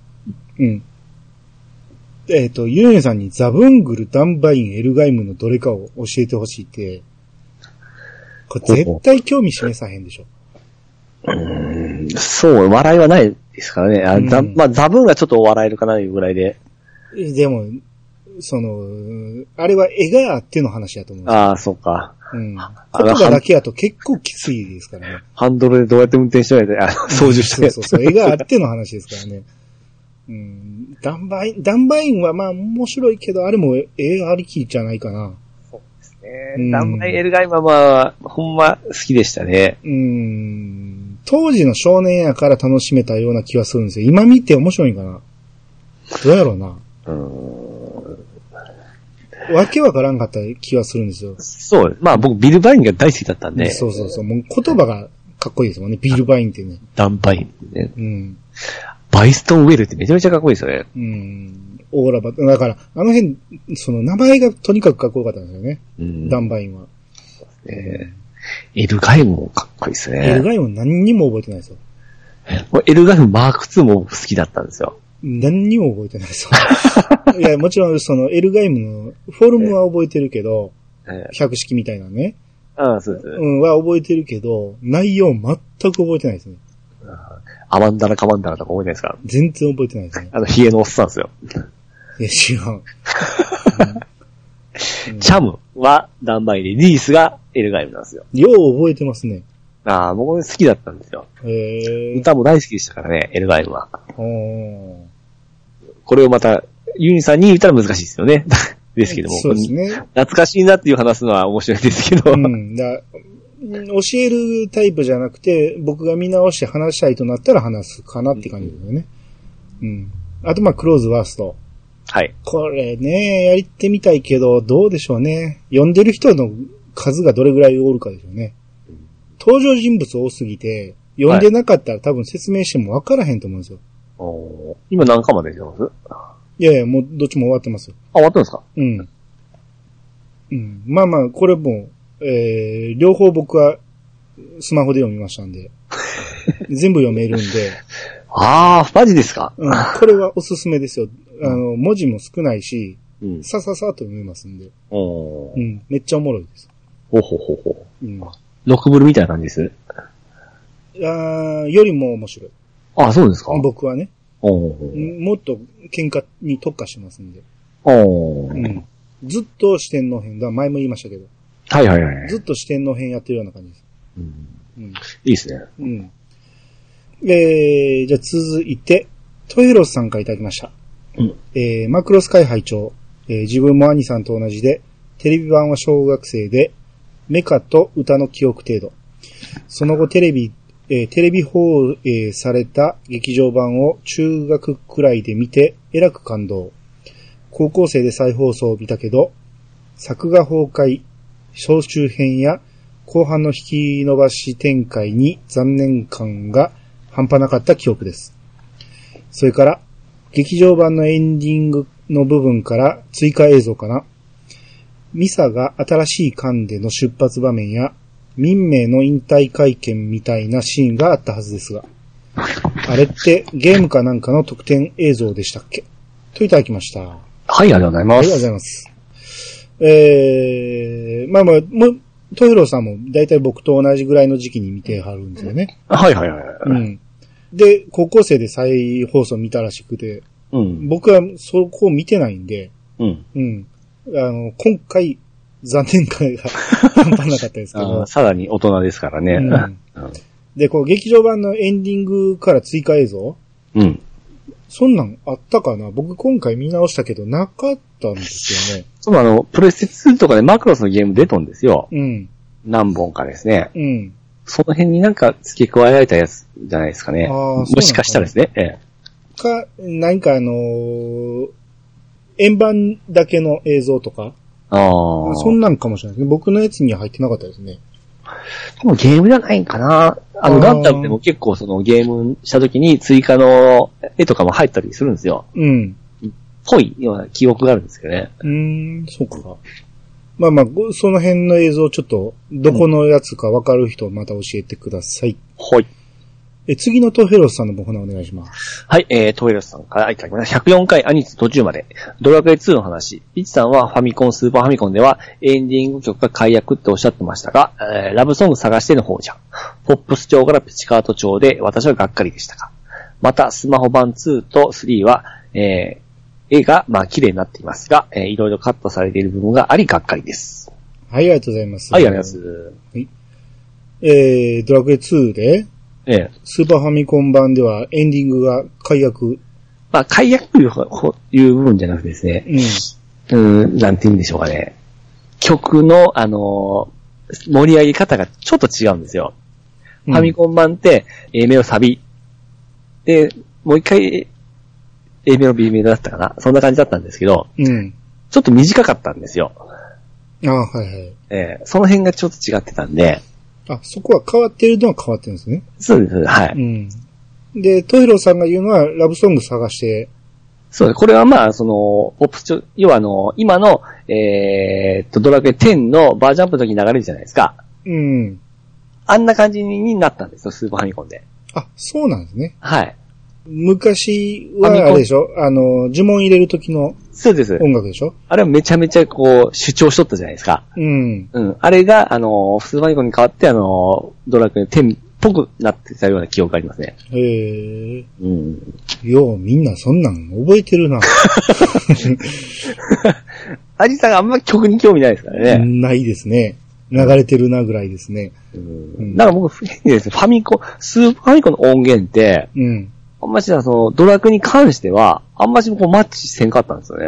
A: うん。えっ、と、ユンユンさんにザブングル、ダンバイン、エルガイムのどれかを教えてほしいって、これ絶対興味示さへんでしょ。
B: そう、笑いはないですからね。あざ
A: うん
B: まあ、座分がちょっと笑えるかな、いうぐらいで。
A: でも、その、あれは絵があっての話やと思うんですよ。
B: ああ、そうか。
A: うん。言
B: の
A: 葉だけやと結構きついです からね。
B: ハンドルでどうやって運転してないで、あの操縦して
A: そうそ
B: る
A: う そう。絵があっての話ですからね。うん。ダンバイン、ダンバインはまあ面白いけど、あれも絵ありきじゃないかな。うん
B: ダンバイエルガイマンは、ほんま好きでしたね。
A: うん。当時の少年やから楽しめたような気はするんですよ。今見て面白いんかな。どうやろうな。
B: うん。
A: わけわからんかった気はするんですよ。
B: そう。まあ僕、ビル・バインが大好きだったんで、
A: そうそうそう。もう言葉がかっこいいですもんね。ビールバインってね。
B: ダンバイン、ね。
A: うん。
B: バイストン・ウェルってめちゃめちゃかっこいいですよね。
A: うん。オーラバ、だから、あの辺、その名前がとにかくかっこよかったんですよね。
B: うん。
A: ダンバインは。
B: えーエルガイムもかっこいいです
A: エル
B: ね。
A: ガインは何にも覚えてないですよ。
B: もうエルガイムマーク2も好きだったんですよ。
A: 何にも覚えてないですよ。いや、もちろん、その、エルガイムのフォルムは覚えてるけど、
B: えー
A: 百式みたいなね。
B: ああ、そうです、
A: うん、は覚えてるけど、内容全く覚えてないですね。
B: アマンダラ・カマンダラとか覚えてないですか
A: 全然覚えてない ですね。
B: あの、ヒエのおっさんですよ。
A: いや、知らん。うん
B: チャムはダンバインで、リースがエルガイムなんですよ。
A: よう覚えてますね。
B: ああ、僕好きだったんですよ。
A: えー。
B: 歌も大好きでしたからね、エルガイムは。
A: おー
B: これをまた、ユニさんに言ったら難しいですよね。 ですけども。
A: そうですね。
B: 懐かしいなっていう話すのは面白いですけど。
A: うん。だうん教えるタイプじゃなくて、僕が見直して話したいとなったら話すかなって感じですよね。うん。あと、まあ、クローズワースト。
B: はい。
A: これね、やりてみたいけど、どうでしょうね。読んでる人の数がどれぐらいおるかでしょうね。登場人物多すぎて、読んでなかったら多分説明しても分からへんと思うんですよ。
B: おー今何巻まで出てますあ、
A: いやいや、もうどっちも終わってますよ。
B: 終わったんですか
A: うん。うん。まあまあ、これも、えー、両方僕はスマホで読みましたんで、全部読めるんで、
B: ああ、マジですか
A: うん、これはおすすめですよ。あの、文字も少ないし、
B: うん。
A: さささっと読めますんで、
B: お
A: う
B: ー
A: ん、めっちゃおもろいです。
B: ほほほほ。
A: うん。
B: ロックブルみたいな感じです。
A: あーよりも面白い。
B: あそうですか
A: 僕はね、
B: おー
A: もっと喧嘩に特化してますんで、
B: おー
A: うん。ずっと視点の辺だ、前も言いましたけど、
B: はいはいはい。
A: ずっと視点の辺やってるような感じです。
B: うん
A: うん。
B: いいですね。
A: うん。えー、じゃあ続いて、トヘロスさんからいただきました。
B: うん
A: えー、マクロス会拝聴えー自分も兄さんと同じで、テレビ版は小学生で、メカと歌の記憶程度。その後テレビ、えーテレビ放映された劇場版を中学くらいで見て、えらく感動。高校生で再放送を見たけど、作画崩壊、小中編や後半の引き伸ばし展開に残念感が半端なかった記憶です。それから、劇場版のエンディングの部分から追加映像かな。ミサが新しい館での出発場面や、民名の引退会見みたいなシーンがあったはずですが、あれってゲームかなんかの特典映像でしたっけといただきました。
B: はい、ありがとうございま
A: ありがとうございます。えー、まあまあ、もう、トヘロさんも大体僕と同じぐらいの時期に見てはるんですよね。
B: はいはいはい。
A: うん。で、高校生で再放送見たらしくて、
B: うん。
A: 僕はそこを見てないんで、
B: うん。
A: うん。あの、今回、残念感が 半端なかったですけ
B: あ
A: ど
B: ー。さらに大人ですからね。
A: うん
B: うん
A: で、こう、劇場版のエンディングから追加映像
B: うん。
A: そんなんあったかな僕今回見直したけど、なかったんですよね。
B: そう、あの、プレステ2とかでマクロスのゲーム出とんですよ。
A: うん。
B: 何本かですね。
A: うん。
B: その辺になんか付け加えられたやつじゃないですかね。
A: あー
B: も
A: そうなんだ
B: しかしたらですね。ええ。
A: か、何かあのー円盤だけの映像とか、
B: ああ。
A: そんなんかもしれないですね。僕のやつには入ってなかったですね。
B: でもゲームじゃないんかな。あ
A: あ
B: の、
A: ー
B: ガンダムでも結構そのゲームした時に追加の絵とかも入ったりするんですよ。
A: うん。
B: ぽいような記憶があるんですけどね。
A: うーん、そうか。まあまあ、ごその辺の映像ちょっと、どこのやつかわかる人また教えてください。
B: ほい。
A: え、次のトヘロスさんの僕のお願いします。
B: はい、えー、トイレさんからいただきました。104回アニツ途中まで。ドラクエ2の話。ピッチさんはファミコン、スーパーファミコンではエンディング曲が解約っておっしゃってましたが、えーラブソング探しての方じゃん。ポップス調からピチカート調で私はがっかりでしたか。また、スマホ版2と3は、えー絵が、まあ、綺麗になっていますが、えーいろいろカットされている部分があり、がっかりです。
A: はい、ありがとうございます。
B: はい、ありがとうございます。
A: えー、ドラクエ2で、
B: ええ
A: スーパーファミコン版ではエンディングが解約。
B: まあ、解約というほほいう部分じゃなくてですね、
A: うん。
B: うん、なんて言うんでしょうかね。曲の、あのー盛り上げ方がちょっと違うんですよ。ファミコン版って、A メロサビ。で、もう一回、A メロ B メロだったかなそんな感じだったんですけど、
A: うん。
B: ちょっと短かったんですよ。
A: ああ、はいはい。
B: えーその辺がちょっと違ってたんで、
A: あ、そこは変わってるのは変わってるんですね。
B: そうです、はい。
A: うん。で、トヒロさんが言うのは、ラブソング探して、
B: そうです。これはまあ、その、オプション、要はあの、今の、えーっと、ドラクエ10のバージョンアップの時に流れるじゃないですか。
A: うん。
B: あんな感じになったんですよ、スーパーファミコンで。
A: あ、そうなんですね。
B: はい。
A: 昔は、あれでしょあの、呪文入れる時の
B: そうです。
A: 音楽でしょ
B: あれはめちゃめちゃこう、主張しとったじゃないですか。
A: うん。
B: うん。あれが、あのー、普通マリコンに変わって、あのー、ドラクエ10っぽくなってたような記憶がありますね。
A: へえ。
B: うん。
A: よう、みんなそんなん覚えてるな。
B: アジさんがあんま曲に興味ないですから ね。
A: ないですね。流れてるなぐらいですね。
B: うん。なんか僕、変にですね、ファミコン、スーパーファミコンの音源って、
A: うん。
B: あんまし、その、ドラクエに関しては、あんましこう、マッチせんかったんですよね。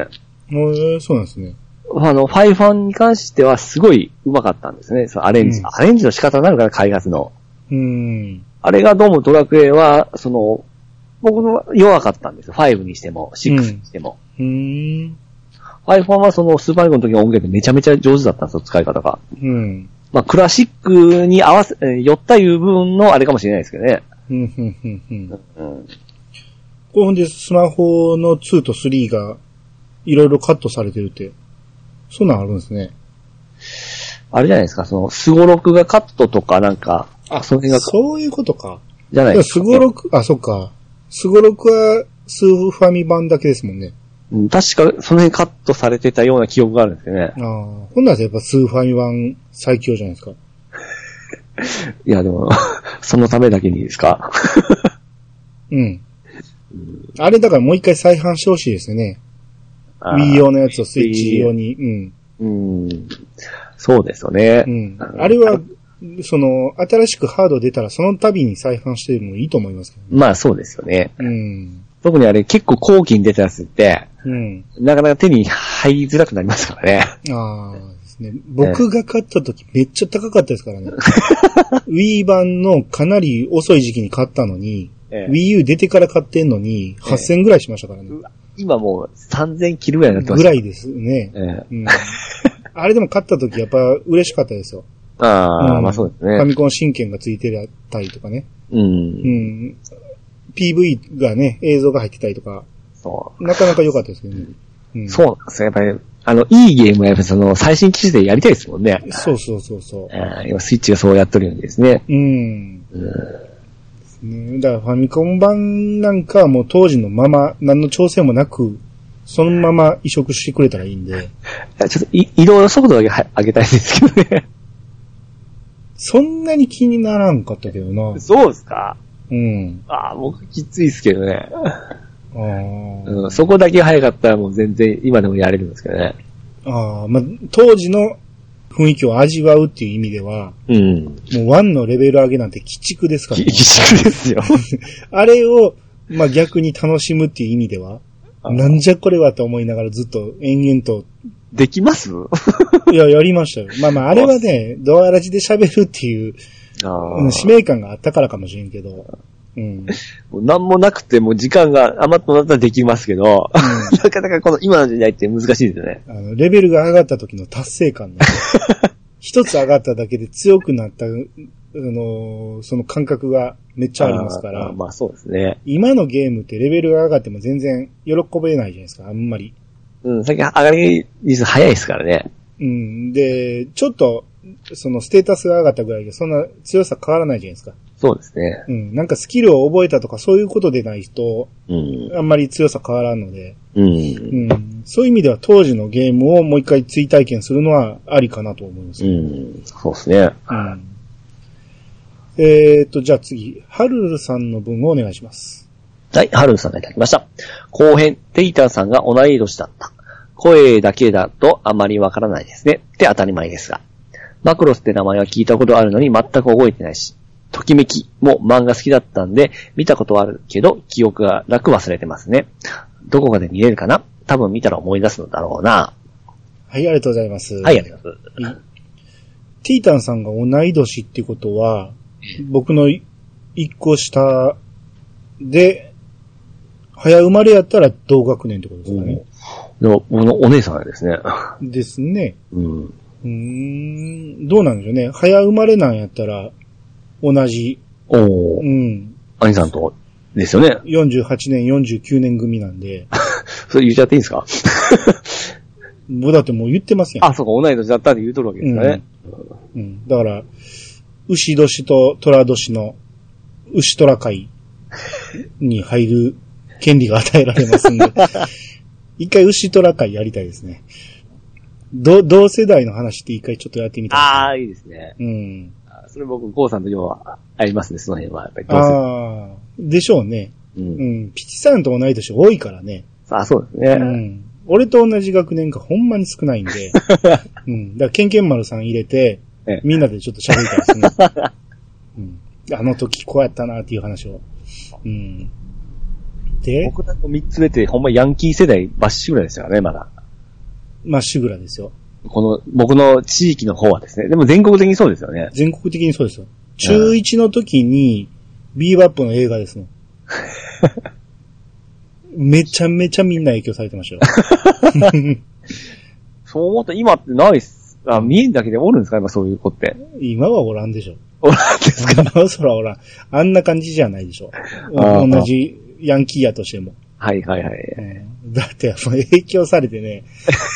A: へえそうなんですね。
B: あの、ファイファンに関しては、すごい上手かったんですね。そのアレンジ、
A: うん
B: アレンジの仕方なのかな、開発の。
A: うん。
B: あれがどうもドラクエは、その、僕は弱かったんですよ。5にしても、6にしても。
A: うーん。
B: iPhone はそのスーパーファミコンの時の音源でめちゃめちゃ上手だったんですよ、使い方が。
A: うん。
B: まあ、クラシックに合わせ、えー寄ったいう部分のあれかもしれないですけどね。
A: うん、うん、うん、うん。
B: うん。
A: こうほんで、スマホの2と3が、いろいろカットされてるって。そんなんあるんですね。
B: あれじゃないですか、その、スゴロクがカットとかなんか、あ、その辺が、
A: そういうことか。
B: じゃな
A: い
B: いで
A: や、
B: す
A: ス
B: か。
A: ゴロク、あ、そっか。スゴロクは、スーファミ版だけですもんね。
B: うん確か、その辺カットされてたような記憶があるんですよね
A: あ。あ。ほんならやっぱスーファミ版最強じゃないですか。
B: いや、でも、 そのためだけにですか。
A: うん。あれだからもう一回再販してほしいですよね。
B: あー
A: Wii 用のやつをスイッチ用に。うん。
B: うん。そうですよね。
A: うん。あれは、その、新しくハード出たらその度に再販してもいいと思いますけどね。
B: まあそうですよね。
A: うん。
B: 特にあれ結構後期に出たやつって、
A: うん。
B: なかなか手に入りづらくなりますからね。
A: ああ、ですね。僕が買った時めっちゃ高かったです からね。Wii 版のかなり遅い時期に買ったのに、
B: ええ
A: Wii U 出てから買ってんのに、8000ぐらいしましたからね。
B: 今もう3000切るぐらいになってま
A: ぐ
B: す
A: ら
B: よ。
A: いですね。
B: ええ
A: うん。あれでも買った時やっぱ嬉しかったですよ。
B: ああ、
A: うん
B: まあそうです
A: ファ
B: ね。
A: ミコン真剣がついてたりとかね。
B: う。
A: うんん。PV がね、映像が入ってたりとか、
B: そ
A: なかなか良かったですけどね。う
B: う。
A: ん
B: そうなんですよ。やっぱり、あの、いいゲームはやっぱりその最新機種でやりたいですもんね。
A: そうそうそうそう。
B: ええ今スイッチがそうやってるようにですね。
A: うん。
B: うん
A: ですね。だからファミコン版なんかはもう当時のまま、何の調整もなく、そのまま移植してくれたらいいんで、
B: いやちょっとい移動の速度だけは上げたいんですけどね。
A: そんなに気にならんかったけどな。
B: そうですか
A: うん。
B: ああ、僕きついですけどね。
A: あー
B: うん、そこだけ早かったらもう全然今でもやれるんですけどね。
A: あー。まあ、当時の雰囲気を味わうっていう意味では、
B: うん。
A: もう1のレベル上げなんて鬼畜ですから、
B: き、
A: ね
B: き。縮ですよ。
A: あれを、まあ、逆に楽しむっていう意味では、
B: あ
A: なんじゃこれはと思いながらずっと延々と、
B: できます
A: いや、やりましたよ。まあまあ、あれはね、ドアラジで喋るっていう、
B: あ
A: うん使命感があったからかもしれんけど。うん。
B: 何もなくても時間が余ったなったらできますけど、なかなかこの今の時代って難しいですよね。
A: あの、レベルが上がった時の達成感の。 一つ上がっただけで強くなった、あのーその感覚がめっちゃありますか
B: あー
A: ら。
B: まあそうですね。
A: 今のゲームってレベルが上がっても全然喜べないじゃないですか、あんまり。
B: うん、最近上がり率早いですからね。
A: うん。で、ちょっと、そのステータスが上がったぐらいで、そんな強さ変わらないじゃないですか。
B: そうですね。
A: うん。なんかスキルを覚えたとかそういうことでないと、
B: うん。
A: あんまり強さ変わらんので。
B: うん。
A: うんそういう意味では当時のゲームをもう一回追体験するのはありかなと思います。
B: うん。そうですね。
A: うんえーっと、じゃあ次、ハルルさんの文をお願いします。
B: はい、ハルンさんがいただきました。後編、テイターさんが同い年だった。声だけだとあまりわからないですね。って当たり前ですが。マクロスって名前は聞いたことあるのに全く覚えてないし、ときめきも漫画好きだったんで、見たことはあるけど、記憶が楽忘れてますね。どこかで見れるかな多分見たら思い出すのだろうな。
A: はい、ありがとうございます。
B: はい、ありがとうございます。
A: ティータンさんが同い年ってことは、僕のい一個下で、早生まれやったら同学年ってことですかね。
B: でも、このお姉さんですね。
A: ですね。
B: うん。
A: うーん、どうなんでしょうね。早生まれなんやったら、同じ、
B: お
A: う
B: ー、
A: ん、
B: 兄さんと、ですよね。
A: 48年、49年組なんで、
B: それ言っちゃっていいんですか
A: もうだってもう言ってますやん。
B: あ、そうか、同い年だったって言うとるわけですかね。
A: うん、だから、牛年と虎年の牛虎会に入る権利が与えられますん で、一回牛虎会やりたいですね。同同世代の話って一回ちょっとやってみたい。
B: ああ、いいですね。
A: うん。
B: あそれ僕、コウさんと要は、ありますね、その辺は。やっぱりどうせ
A: ああ、でしょうね。
B: う。
A: うんん。ピチさんと同い年多いからね。
B: あ、そうで
A: う
B: すね。
A: ん。俺と同じ学年がほんまに少ないん で。うん。だから、ケンケン丸さん入れて
B: ええ、
A: みんなでちょっと喋りたいですね。 うん。あの時こうやったなっていう話を。うん。で、
B: 僕らの三つ目って、ほんまヤンキー世代バッシュぐらいですからね、まだ。
A: まっしぐらですよ。
B: この、僕の地域の方はですね。でも全国的にそうですよね。
A: 全国的にそうですよ。中1の時に、ビーバップの映画です もん。めちゃめちゃみんな影響されてました よ。
B: そう思った今ってないっす。あ、見えんだけでおるんですか今そういう子って。
A: 今はおらんでしょ。
B: おらん ですか
A: 今はそらおらん。あんな感じじゃないでしょ。
B: あー
A: 同じヤンキーやとしても。
B: はいはいはい。
A: うんだって、もう影響されて ね、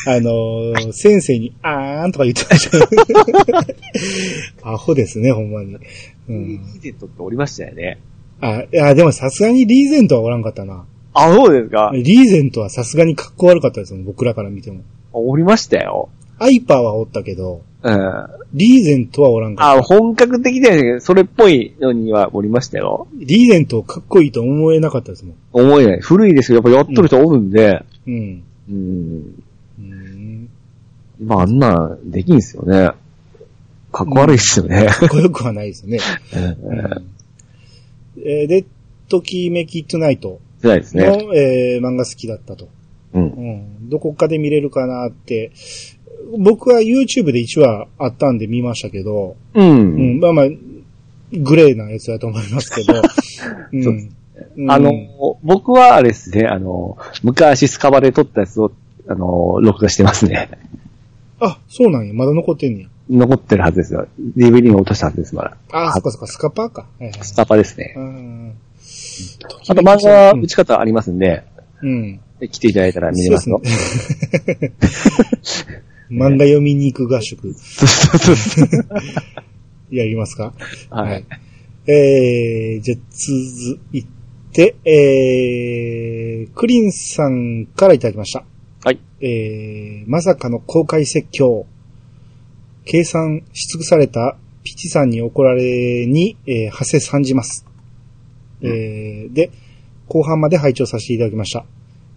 A: あのー先生に、あーんとか言ってましたよ アホですね、ほんまに。う
B: リ
A: ん、
B: ーゼントっておりましたよね。
A: あ、いや、でもさすがにリーゼントはおらんかったな。
B: あ、そうですかあ
A: リーゼントはさすがに格好悪かったですもん、僕らから見ても。
B: おりましたよ。
A: アイパーはおったけど、
B: うん。
A: リーゼントはおらんかった。
B: あ、本格的じゃないけど、それっぽいのにはおりましたよ。
A: リーゼントをかっこいいと思えなかったですもん。
B: 思えない。古いですけど、やっぱやっとる人おるんで、
A: うん。
B: うん。
A: うん
B: まあ、あんな、できんすよね。かっこ悪いっすよね。
A: かっこよくはないですね。
B: うん
A: うんえーで、ときめきトゥナイト
B: 辛いです
A: の、
B: ね。
A: えー漫画好きだったと。
B: うん。
A: うん、どこかで見れるかなって。僕は YouTube で1話あったんで見ましたけど、う
B: う
A: ん
B: ん。
A: まあまあ、グレーなやつだと思いますけ ど、う
B: そうで
A: んうん
B: あの、僕はあれですね、あの、昔スカバで撮ったやつを、あの、録画してますね。
A: あ、そうなんや。まだ残ってんねや。
B: 残ってるはずですよ。DVD に落としたはずです、まだ。
A: あ、そっかそっか、スカパーか。はいはい
B: スカバですね。
A: うん
B: あと漫画は
A: うん
B: 打ち方ありますんで、
A: うん。
B: 来ていただいたら見れますよ。
A: 漫画読みに行く合宿、
B: そうそうそうそう。
A: やりますか
B: はい。。
A: えー、じゃあ続いて、えー、クリンさんからいただきました。
B: はい。
A: えー、まさかの公開説教。計算し尽くされたピチさんに怒られに、えー、派生参じます。
B: うん
A: えー、で、後半まで拝聴させていただきました。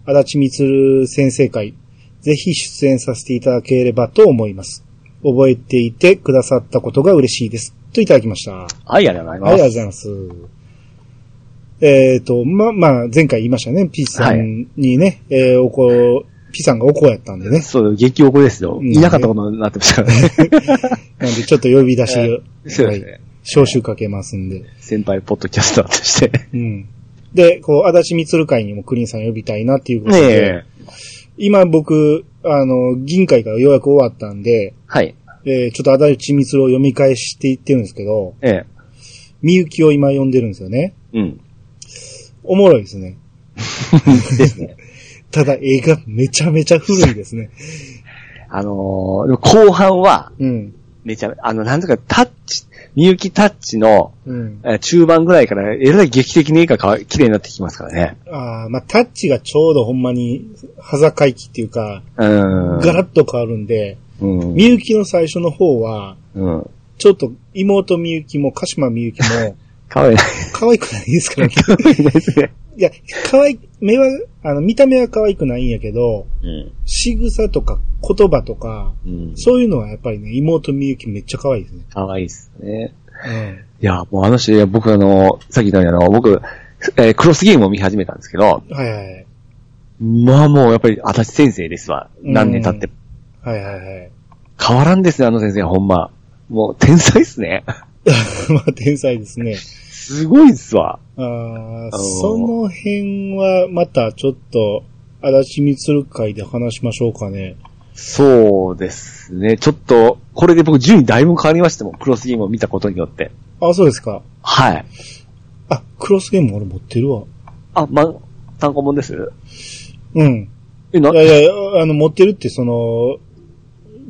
A: 足立光先生会、ぜひ出演させていただければと思います。覚えていてくださったことが嬉しいです。といただきました。
B: はい、ありがとうござ
A: は
B: い
A: い、あ
B: ま
A: りがとう
B: す
A: ご。ざいます。えっ、と、ま、まあ、前回言いましたね。ピーさんにね、えーおこ、ピーさんがおこやったんでね。
B: そう、激おこですよ。
A: うん
B: いなかったことになってましたからね。
A: なんでちょっと呼び出し、
B: そう
A: は
B: で
A: い
B: すね。
A: 招集かけますんで。
B: 先輩ポッドキャスターとして。
A: うん。で、こう、足立みつる会にもクリーンさん呼びたいなっていうこと
B: ね
A: で、
B: え。
A: 今僕、あの、銀会がようやく終わったんで、
B: はい。
A: えーちょっと足立みつるを読み返していってるんですけど、
B: ええ。
A: みゆきを今読んでるんですよね。
B: うん。
A: おもろいですね。
B: ですね。
A: ただ映画めちゃめちゃ古いです ね。
B: あのーでも後半は、
A: うん。
B: めちゃ、あの、なんとか、タッチ、みゆきタッチの、
A: うん。
B: えー中盤ぐらいから、えらい劇的に絵がかわ綺麗になってきますからね。
A: ああ、まあ、タッチがちょうどほんまに、はざかいきっていうか、
B: うん。
A: ガラッと変わるんで、
B: うん。
A: みゆきの最初の方は、
B: うん。
A: ちょっと妹みゆきも鹿島みゆきも、
B: かわいい。
A: 可愛くないですからね。
B: かわいいですね。
A: いや、可愛い、目は、あの、見た目は可愛くないんやけど、
B: うん。
A: 仕草とか言葉とか、
B: うん。
A: そういうのはやっぱりね、妹みゆきめっちゃ可愛いですね。
B: かわいいっすね。いや、もうあの人、いや、僕あの、さっき言ったようにあの、僕、えークロスゲームを見始めたんですけど、
A: うん。はいはいはい。
B: まあもうやっぱり、足立先生ですわ。
A: うん
B: 何年経って。
A: はいはい はい。
B: 変わらんですね、あの先生、ほんま。もう、天才っすね。
A: まあ、天才ですね。
B: すごいっすわ。
A: あー
B: あのー
A: その辺はまたちょっと、足立みつる会で話しましょうかね。
B: そうですね。ちょっと、これで僕順位だいぶ変わりましたもん。クロスゲームを見たことによって。
A: あ、そうですか。
B: はい。
A: あ、クロスゲーム俺持ってるわ。
B: あ、ま、単行本です
A: うん。
B: え、な、
A: い
B: はい
A: やいや、あの、持ってるってその、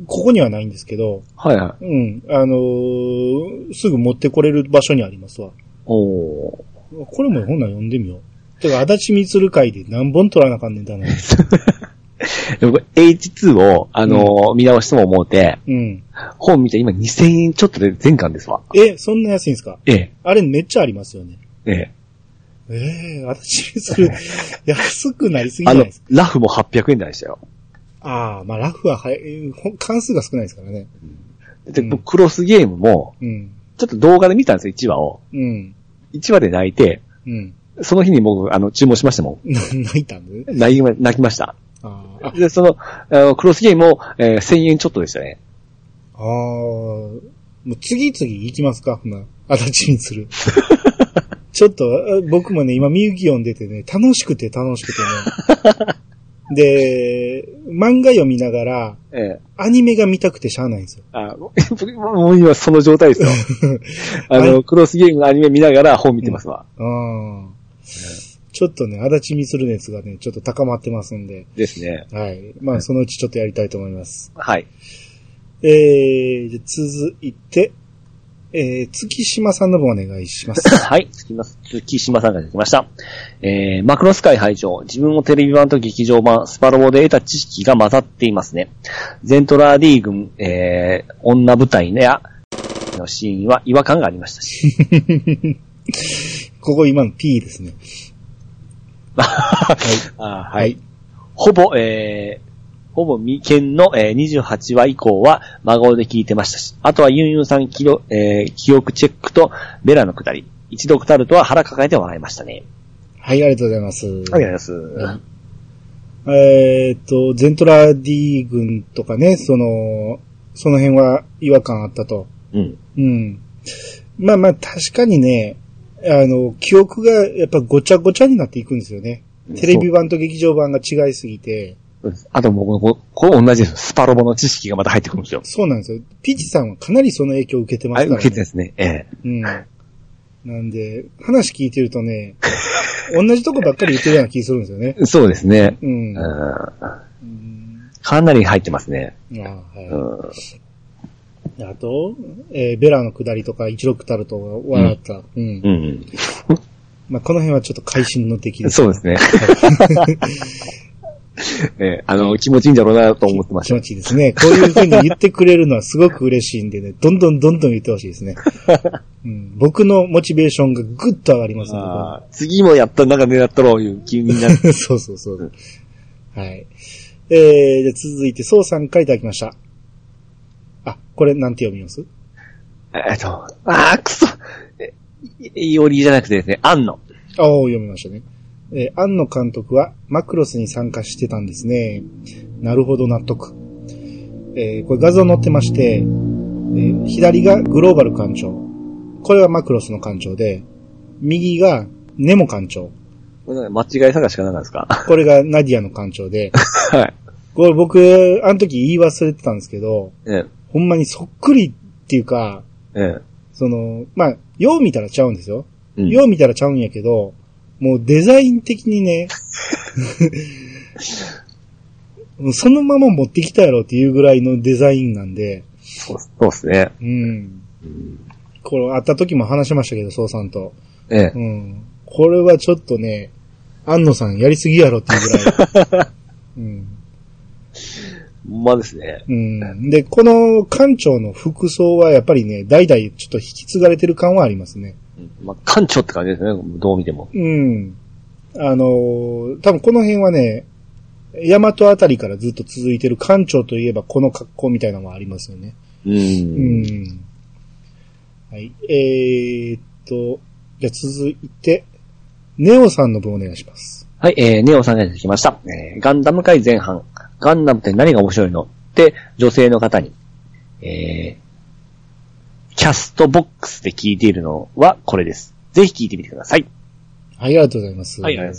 A: ここにはないんですけど、
B: はい。
A: うん。あのーすぐ持ってこれる場所にありますわ。
B: おー。
A: これも本なら読んでみよう。てか、足立みつる会で何本取らなあかんねんだな。
B: で僕、H2 を、あのー見直しても思うて、
A: うん。
B: 本見て今2000円ちょっとで全巻ですわ。
A: え、そんな安いんすか
B: ええ、
A: あれめっちゃありますよね。
B: ええ。
A: ええ足立みつ る、安くなりすぎじ
B: あ
A: ゃない
B: の
A: ですか。、
B: ラフも800円台でしたよ。
A: ああ、まあラフははえーほん関数が少ないですからね。
B: で、
A: うん
B: 僕クロスゲームも、
A: うん。
B: ちょっと動画で見たんですよ、1話を。
A: うん。
B: 1話で泣いて、
A: うん。
B: その日に僕、あの、注文しましたも
A: な泣いたんでね
B: ん。泣きま泣きました。
A: あーあ、
B: で、その、あのクロスゲームも、えー1000円ちょっとでしたね。
A: ああ、もう次々行きますか、ほな。形にする。 ちょっと、あ僕もね、今、みゆき読んでてね、楽しくて楽しくてね。で、漫画読みながら、
B: ええ。
A: アニメが見たくてしゃあないんですよ。
B: あ もうもう今その状態ですよ。 あ
A: は
B: の、クロスゲームのアニメ見ながら本見てますわ。
A: ああ。ちょっとね、足立みする熱がね、ちょっと高まってますんで、
B: ですね。
A: はい。まあ、そのうちちょっとやりたいと思います。
B: はい。
A: えー、じゃ続いて、えー、月島さんの方お願いし ます。
B: はい。月島月島さんができました。えー、マクロス界拝聴自分もテレビ版と劇場版、スパロボで得た知識が混ざっていますね。ゼントラー D 軍、えー、女舞台のや、のシーンは違和感がありまし たし。
A: ここ今の P ですね。
B: あーはい。ほぼ、えー、ほぼ未見の、えー、28話以降は真顔で聞いてましたし、あとはユンユンさん記録、えー記憶チェックとベラのくだり、一度くたるとは腹抱えて笑いましたね。
A: はい、ありがとうございます。
B: ありがとうございます。
A: えーっと、ゼントラ D 軍とかね、その、その辺は違和感あったと。
B: うん。
A: うん。まあまあ、確かにね、あの、記憶がやっぱごちゃごちゃになっていくんですよね。テレビ版と劇場版が違いすぎて、
B: そうですあともう、ここれ同じです。スパロボの知識がまた入ってくるんですよ。
A: そうなんですよ。ピチさんはかなりその影響を受けてま
B: あ
A: す
B: れ
A: から、ね。
B: 受けてですね。ええ。
A: うん。なんで、話聞いてるとね、同じとこばっかり言ってるような気するんですよね。
B: そうですね。
A: う。
B: うんん。
A: うん
B: かなり入ってますね。
A: あはい
B: うん。
A: あと、えーベラの下りとか、一六たると笑った。うん。
B: うん。
A: まあ、この辺はちょっと会心の出来です。
B: そう ですね。ええ、あの、気持ちいいんだろうなと思ってまし
A: 気
B: た
A: 持。ちいいですね。こういう風に言ってくれるのはすごく嬉しいんでね、どんどんどんどん言ってほしいです ね。うん、僕のモチベーションがぐっと上がりますね。
B: ああ次もやったらなんか狙ったろういう気になる。
A: 僕 そうそうそう。はい。えー、じゃあ続いて、そうさんからいただきました。あ、これなんて読みます
B: えっと、ああ、くそ。えいいおりじゃなくてですね、あんの。
A: ああ、読みましたね。えー、庵野監督はマクロスに参加してたんですね。なるほど納得。えーこれ画像載ってまして、えー左がグローバル館長。これはマクロスの館長で、右がネモ館長。
B: これなんか間違い探しかなんかですか
A: これがナディアの館長で、
B: はい。
A: これ僕、あの時言い忘れてたんですけど、
B: ええ、
A: ほんまにそっくりっていうか、
B: ええ。
A: その、まあ、よう見たらちゃうんですよ。
B: うん
A: よう見たらちゃうんやけど、もうデザイン的にね、 もうそのまま持ってきたやろっていうぐらいのデザインなんで、
B: そうそうですね。
A: うん。
B: うん
A: これ会った時も話しましたけど、そうさんと。
B: ええ
A: う。ん。これはちょっとね、安野さんやりすぎやろっていうぐらい。うん。
B: ほんまですね。
A: うん。で、この館長の服装はやっぱりね、代々ちょっと引き継がれてる感はありますね。
B: まあ、館長って感じですね、どう見ても。
A: うん。ああのー多分この辺はね、大和あたりからずっと続いてる館長といえばこの格好みたいなのもありますよね。
B: うん。
A: う
B: うん。
A: ん。はい。えー、っと、じゃあ続いて、ネオさんの分お願いします。
B: はい、えー、ネオさんが出てきました。えーガンダム界前半。ガンダムって何が面白いのって、女性の方に、えー、キャストボックスで聞いているのはこれです。ぜひ聞いてみてください。
A: はい、ありがとうございます。
B: うございま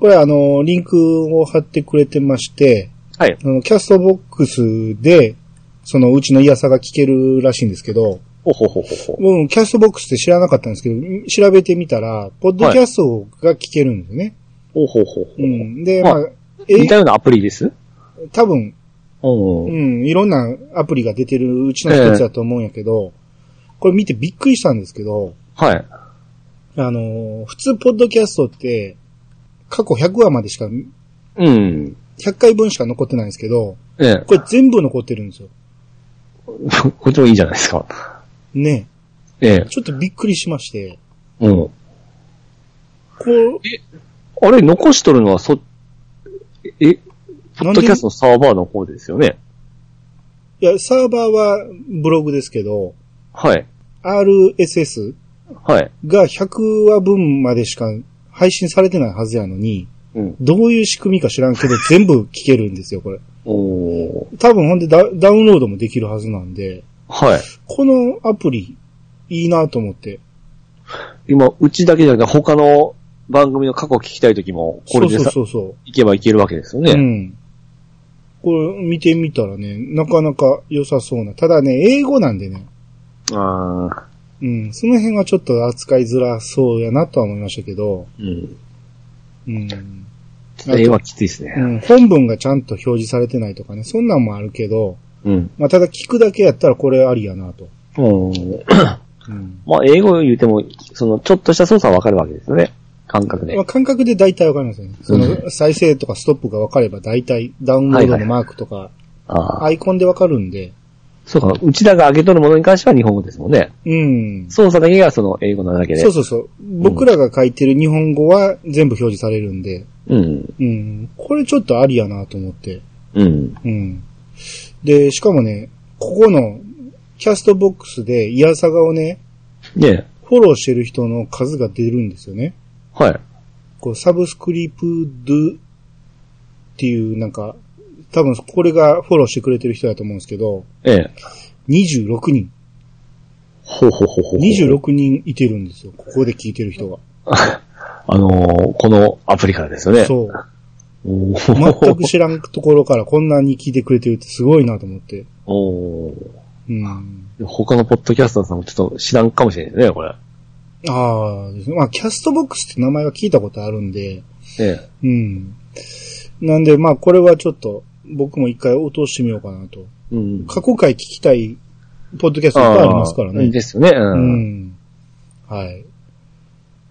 A: これあの、リンクを貼ってくれてまして、
B: す。はい。
A: あの、キャストボックスで、そのうちのイヤサが聞けるらしいんですけど、
B: ほほほほほ。
A: うん、キャストボックスって知らなかったんですけど、ん調べてみたら、ポッドキャストが聞けるんですね。
B: ほほほほ。
A: うん。で、ま
B: まあ
A: あ、
B: 似
A: え
B: た、ようなアプリです
A: 多分、
B: うん。
A: うん、いろんなアプリが出てるうちの一つだと思うんやけど、これ見てびっくりしたんですけど、
B: はい。
A: あのー普通ポッドキャストって、過去100話までしか、100
B: うん。
A: 回分しか残ってないんですけど、
B: ええ。
A: これ全部残ってるんですよ。
B: こ っちもいいじゃないですか。
A: ね。
B: ええ。
A: ちょっとびっくりしまして、
B: うん。
A: こう、
B: あれ、残しとるのはそ、え、ポ
A: な
B: ッ
A: んで
B: ドキャストのサーバーの方ですよね。
A: いや、サーバーはブログですけど、
B: はい。
A: RSS
B: はい。
A: が100話分までしか配信されてないはずやのに、
B: うん。
A: どういう仕組みか知らん けど全部聞けるんですよ、これ。
B: おー。
A: 多分ほんでダダウンロードもできるはずなんで、
B: はい。
A: このアプリ、いいなと思って。
B: 今、うちだけじゃなくて、他の番組の過去を聞きたいときも、これで
A: そう
B: さ、
A: そうそう
B: いけばいけるわけですよ
A: そう。う
B: ね。
A: ん。これ見てみたらね、なかなか良さそうな。ただね、英語なんでね。
B: ああ。
A: うん。その辺はちょっと扱いづらそうやなとは思いましたけど。
B: うん。
A: うん。あと
B: 絵はきついです
A: う
B: ね。
A: ん、本文がちゃんと表示されてないとかね、そんなんもあるけど、
B: うん。
A: まあ、ただ聞くだけやったらこれありやなと。
B: うん。
A: うん。
B: まあ、英語を言うても、その、ちょっとした操作はわかるわけですよね。感覚で
A: まあ、。感覚で大体わかりますよね。そ
B: うん
A: の、再生とかストップがわかれば大体ダウンロードのマークとか、
B: ああ。
A: アイコンでわかるんで、
B: そうか、うちらが上げとるものに関しては日本語ですもんね。
A: うん。
B: 操作だけがその英語なだけで。
A: そうそうそう。僕らが書いてる日本語は全部表示されるんで、
B: うん。
A: うん。これちょっとありやなと思って。
B: うん。
A: うん。で、しかもね、ここの、キャストボックスで、イヤサガをね、
B: ねえ。
A: フォローしてる人の数が出るんですよね。
B: はい。
A: こう、サブスクリプドゥっていう、なんか、多分これがフォローしてくれてる人だと思うんですけど、
B: ええ。
A: 26人。
B: ほうほうほうほう。
A: 26人いてるんですよ。ここで聞いてる人が。
B: あのー、このアプリからですよね。
A: そう。
B: おー
A: 全く知らんところからこんなに聞いてくれてるってすごいなと思って。
B: おー
A: うん。
B: 他のポッドキャスターさんもちょっと知らんかもしれないですね、これ。
A: ああ、ですねまあ、キャストボックスって名前は聞いたことあるんで、
B: ええ。
A: うん。なんで、まあ、これはちょっと、僕も一回落としてみようかなと。
B: うん。
A: 過去回聞きたい、ポッドキャストいっぱいありますから
B: あー
A: ね。
B: ですよね。う。
A: うんん。はい。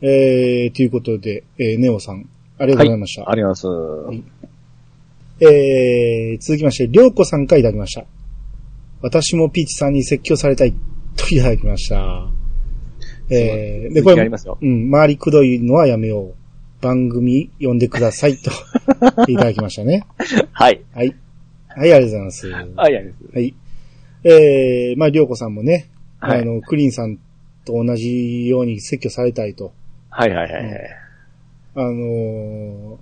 A: えー、ということで、えー、ネオさん、ありがとうございました。
B: ありがとうございます。
A: えー、続きまして、りょうこさんからいただきました。私もピーチさんに説教されたい、といただきました。えー、で、
B: 続
A: こ
B: きあ
A: れ
B: り、ますよ。
A: うん、周りくどいのはやめよう。番組読んでください、 といただきましたね。
B: はい。
A: はい。はい、ありがとうございます。は
B: はい、ありがとうござい
A: い。えー、まあ、りょうこさんもね、
B: はい
A: あの、クリンさんと同じように説教されたいと。
B: ます。はい、はい、はいはい。
A: あの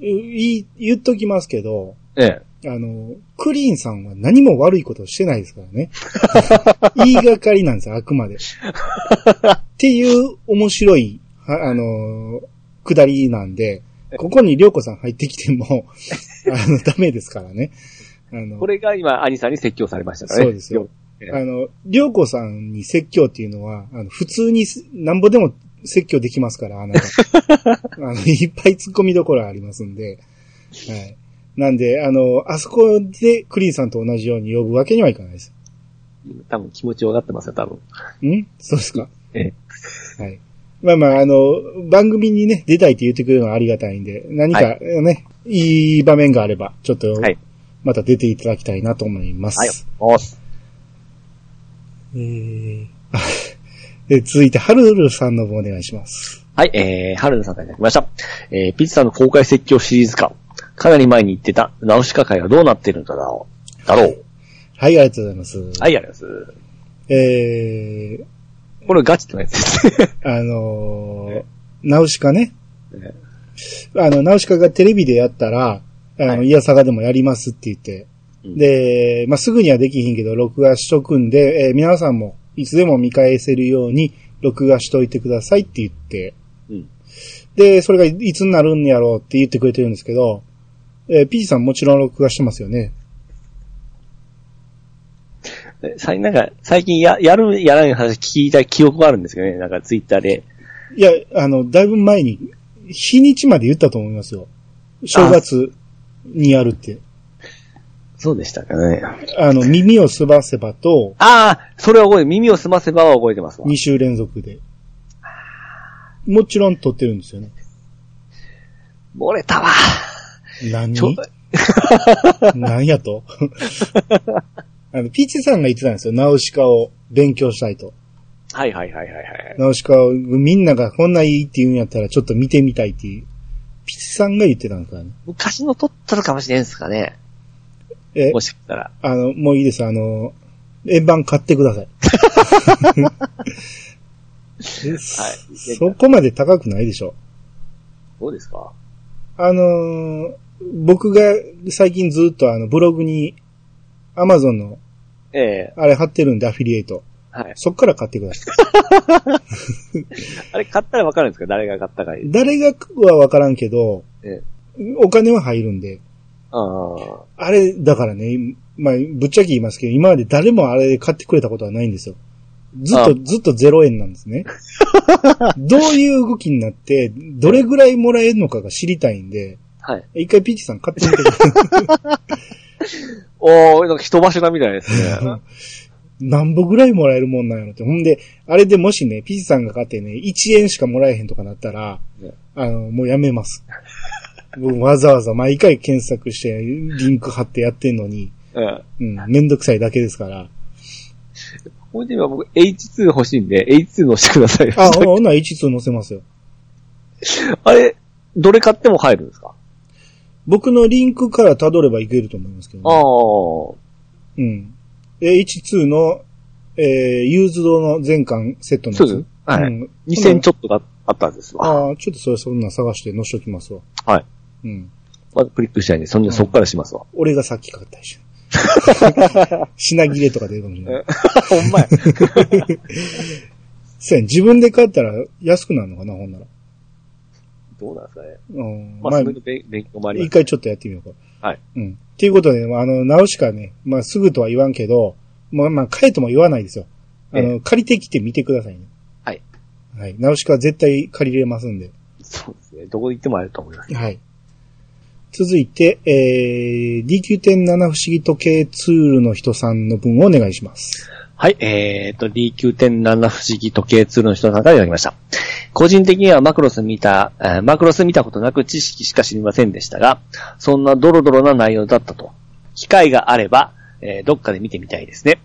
A: ー、い、い言っときますけど、
B: ええ。
A: あの、クリーンさんは何も悪いことをしてないですからね。言いがかりなんですよ、あくまで。っていう面白い、はあの、くだりなんで、ここにりょうこさん入ってきても、あの、ダメですからね。あの、
B: これが今、兄さんに説教されましたからね。
A: そうですよ。。
B: え
A: あの、りょうこさんに説教っていうのは、あの、普通にすなんぼでも説教できますから、あ なた。あの、いっぱい突っ込みどころありますんで。はい。なんで、あの、あそこでクリーンさんと同じように呼ぶわけにはいかないです。
B: 多分気持ちよがってますよ、多分。
A: んそうですか
B: え
A: はい。まあまあ、あの、番組にね、出たいって言ってくれるのはありがたいんで、何か
B: は
A: ね、い、い場面があれば、ちょっと
B: はい、
A: また出ていただきたいなと思います。
B: はい。おっす。
A: えー、で続いて、はるるさんの方お願いします。
B: はい、えー、春菜さんからいただきました。えー、ピッツさんの公開説教シリーズ化。かなり前に言ってた、ナウシカ会はどうなってるんだろう。だろう。
A: はい、ありがとうございます。
B: はい、ありがとうございま
A: えー、
B: す。これガチってないです。
A: あのー、ナウシカね。あの、ナウシカがテレビでやったら、あの、、
B: はいい
A: やさがでもやりますって言って。
B: うん
A: で、まあ、すぐにはできひんけど、録画しとくんで、えー皆さんもいつでも見返せるように、録画しといてくださいって言って。
B: うん
A: で、それがいつになるんやろうって言ってくれてるんですけど、えー、ピーチさんもちろん録画してますよね。
B: えさいなんか、最近や、やる、やらない話聞いた記憶があるんですけどね。なんかツイッターで。
A: いや、あの、だいぶ前に、日にちまで言ったと思いますよ。正月にやるって。
B: そうでしたかね。
A: あの、耳をすばせばと、
B: ああ、それは覚えて、耳を澄ませばは覚えてますわ。
A: 2週連続で。もちろん撮ってるんですよね。
B: 漏れたわ。
A: 何
B: ちょ、
A: 何やとあの、ピーチさんが言ってたんですよ。ナウシカを勉強したいと。
B: はいはいはいはいはい。
A: ナウシカをみんながこんないいって言うんやったらちょっと見てみたいっていう。ピーチさんが言ってたんですからね。
B: 昔の撮ったのかもしれんすかね。
A: え、
B: もしかしたら。
A: あの、もういいです。あの、円盤買ってください。
B: はい。
A: そこまで高くないでしょ。
B: どうですか
A: あのー僕が最近ずっとあのブログに Amazon の
B: ええ
A: あれ貼ってるんでアフィリエイト。
B: はい。
A: そっから買ってください。
B: あれ、買ったらわかるんですか誰が買ったか。え
A: 誰がはわからんけど、
B: え。
A: お金は入るんで。
B: ああ。
A: あれ、だからね、まあ、ぶっちゃけ言いますけど、今まで誰もあれ買ってくれたことはないんですよ。ずっ
B: あ
A: と、ずっと0円なんですね。 どういう動きになって、どれぐらいもらえるのかが知りたいんで、
B: はい。
A: 一回ピーチさん買ってみてください。
B: おー、なんか人柱みたいですね。
A: 何ぼぐらいもらえるもんなんやろって。ほんで、あれでもしね、ピーチさんが買ってね、1円しかもらえへんとかなったら
B: ね、
A: あの、もうやめます。 僕わざわざ毎回検索して、リンク貼ってやってんのに、
B: うん。
A: うん、めんどくさいだけです から。
B: ほんで今僕 H2 欲しいんで、H2 のしてください。
A: あ、ほんなら H2 載せますよ。
B: あれ、どれ買っても入るんですか
A: 僕のリンクから辿ればいけると思いますけど、
B: ああ。は
A: うん。H2 の、えー、ユーズドの全巻セットのやつ
B: そうですい。
A: ん
B: 2000ちょっとがあったんですわ。
A: ああ、ちょっとそれそんなん探して載しときますわ。
B: はい。
A: うん。
B: まずクリックしたいんで、そん
A: う
B: で
A: ん
B: そっからしますわ。
A: 俺がさっき買ったでしょ。品切れとか出るかもしれない。
B: ほんまや。
A: そうやね自分で買ったら安くなるのかな、ほんなら。
B: どうなんですかね。
A: うん。
B: まあ、
A: まあ
B: それの勉勉強もあり
A: 一
B: ます。
A: 回ちょっとやってみようか。
B: はい。
A: うん。っていうことで、まああの、ナウシカね、まあ、すぐとは言わんけど、まあ、まあ、買えとも言わないですよ。あ
B: え
A: の、借りてきてみてくださいね。
B: はい。
A: はい。ナウシカは絶対借りれますんで。
B: そうですね。どこ行ってもあると思います。
A: はい。続いて、えー、DQ.7 不思議時計ツールの人さんの分をお願いします。
B: はい、えー、と、D9.7 不思議時計ツールの人さんからいただきました。個人的にはマクロス見た、えーマクロス見たことなく知識しか知りませんでしたが、そんなドロドロな内容だったと。機会があれば、えーどっかで見てみたいですね。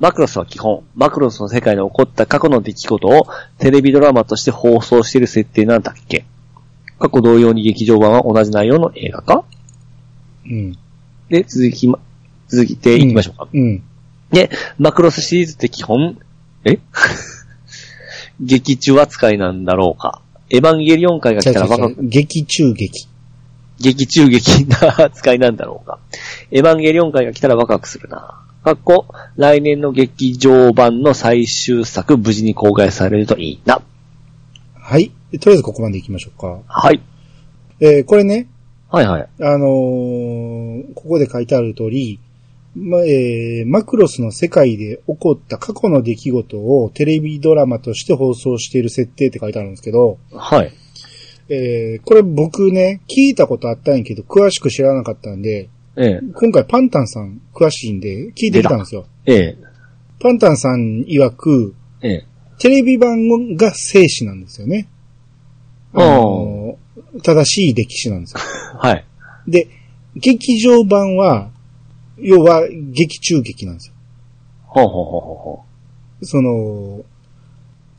B: マクロスは基本、マクロスの世界で起こった過去の出来事をテレビドラマとして放送している設定なんだっけ過去同様に劇場版は同じ内容の映画か
A: うん。
B: で、続きま、続いていきましょうか。
A: うん。
B: で、マクロスシリーズって基本、え 劇中扱いなんだろうか。エヴァンゲリオン会が
A: 違う
B: 来
A: 違
B: たらマク
A: う
B: ロ
A: 違う劇中劇。
B: 劇中劇な扱いなんだろうか。エヴァンゲリオン会が来たらワクワクするな。かっこ、来年の劇場版の最終作無事に公開されるといいな。
A: はい。とりあえずここまで行きましょうか。
B: はい。
A: えー、これね、
B: はいはい。
A: あのーここで書いてある通り、ま、えーマクロスの世界で起こった過去の出来事をテレビドラマとして放送している設定って書いてあるんですけど、
B: はい。
A: えーこれ僕ね、聞いたことあったんやけど、詳しく知らなかったんで、
B: ええ。
A: 今回パンタンさん詳しいんで、聞いてきたんですよ。
B: ええ。
A: パンタンさん曰く、
B: ええ。
A: テレビ版が正史なんですよね。あのー正しい歴史なんですよ。
B: はい。
A: で、劇場版は、要は劇中劇なんですよ。
B: ほうほうほうほうほ
A: その、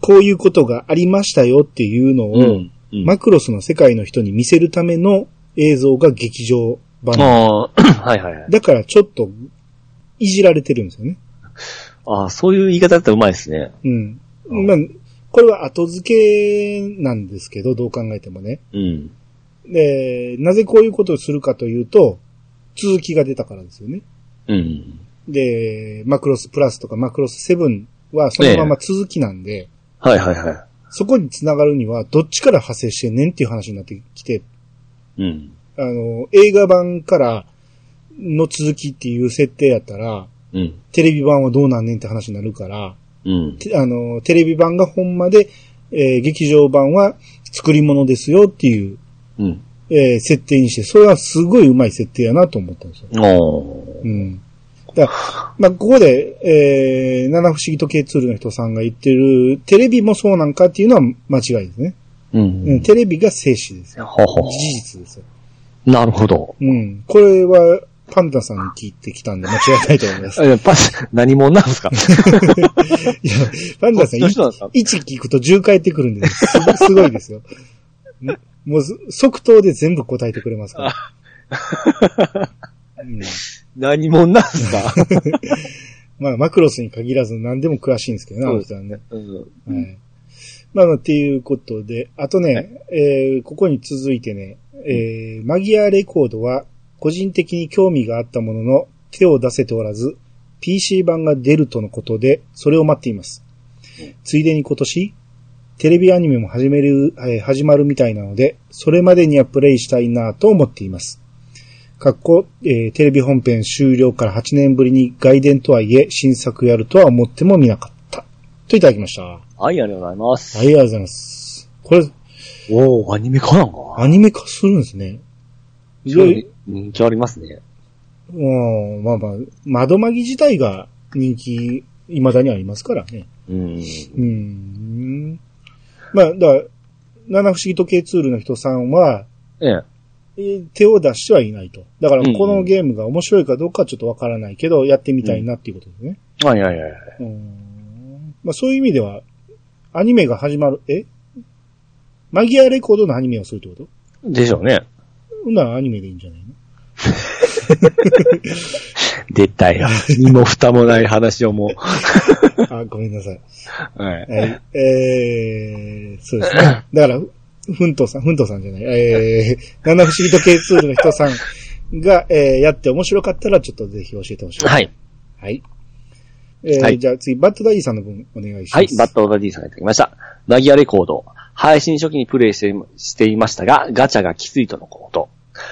A: こういうことがありましたよっていうの
B: う
A: を、
B: ん。うん
A: マクロスの世界の人に見せるための映像が劇場 版。
B: ああ、はいはいはい。
A: だからちょっと、いじられてるんですよね。
B: ああ、そういう言い方だったらうまいですね。
A: うん。
B: うん
A: まあ、これは後付けなんですけど、どう考えてもね。
B: うん。
A: で、なぜこういうことをするかというと、続きが出たからですよね。
B: うん。
A: で、マクロスプラスとかマクロスセブンはそのまま続きなんで、
B: はいはいは
A: そこに繋がるにはどっちから派生してんねんっていう話になってきて、
B: い。うん。
A: あの、映画版からの続きっていう設定やったら、
B: うん。
A: テレビ版はどうなんねんって話になるから、
B: うん。
A: てあの、テレビ版がほんまで、えー劇場版は作り物ですよっていう、
B: うん。
A: えー設定にして、それはすごい上手い設定やなと思ったんですよ。
B: お
A: うん。だからまあ、ここで、えー、七不思議時計ツールの人さんが言ってる、テレビもそうなんかっていうのは間違いですね。
B: う
A: うん、
B: ん。
A: テレビが静止ですよ。
B: ほほ
A: 事実ですよ。
B: なるほど。
A: うん。これは、パンダさんに聞いてきたんで間違いないと思います。
B: え、パス、何者なんですか
A: いや、パンダさん、い
B: どうしたんですか
A: 1聞くと10返ってくるんです、すすごいですよ。んもうす、即答で全部答えてくれますから。うん、
B: 何者なんです か
A: まあ、マクロスに限らず何でも詳しいんですけどね、あの人はね。
B: うん。
A: はい。まあまあ、っていうことで、あとね、えーここに続いてね、えーマギアレコードは個人的に興味があったものの手を出せておらず、PC 版が出るとのことで、それを待っています。ついでに今年、テレビアニメも始める、えー始まるみたいなので、それまでにはプレイしたいなと思っています。かっこ、えーテレビ本編終了から8年ぶりに外伝とはいえ、新作やるとは思ってもみなかった。といただきました。
B: はい、ありがとうございます。
A: はい、ありがとうございます。これ、
B: おおアニメ化なんか
A: アニメ化するんですね。いろい
B: 人気ありますね。
A: ろ、うん、まあまあ、窓まぎ自体が人気、未だにありますからね。
B: うん。
A: うん。まあ、だから、七不思議時計ツールの人さんは、
B: ええ。
A: えー手を出してはいないと。だから
B: うんうん
A: このゲームが面白いかどうかはちょっとわからないけど、やってみたいなっていうことですね。
B: はいはいはい。
A: うん。まあそういう意味では、アニメが始まる、えマギアレコードのアニメをするってこと
B: でしょう ね。
A: ほんならアニメでいいんじゃないの
B: 出た よ。身も蓋もない話をも
A: あ、ごめんなさい。
B: う。はい。
A: はい。えー、そうです ね。だから、ふんとうさん、ふんとうさんじゃない。えー、七不思議時計ツールの人さんが、えー、やって面白かったら、ちょっとぜひ教えてほしい。。
B: はいい。
A: はい。えー
B: はい
A: じゃあ次、バッドダディさんの分、お願いします。
B: はい、バットオーダー D さんがいただきました。マギアレコード。配信初期にプレイしてしていましたが、ガチャがきついとのこと。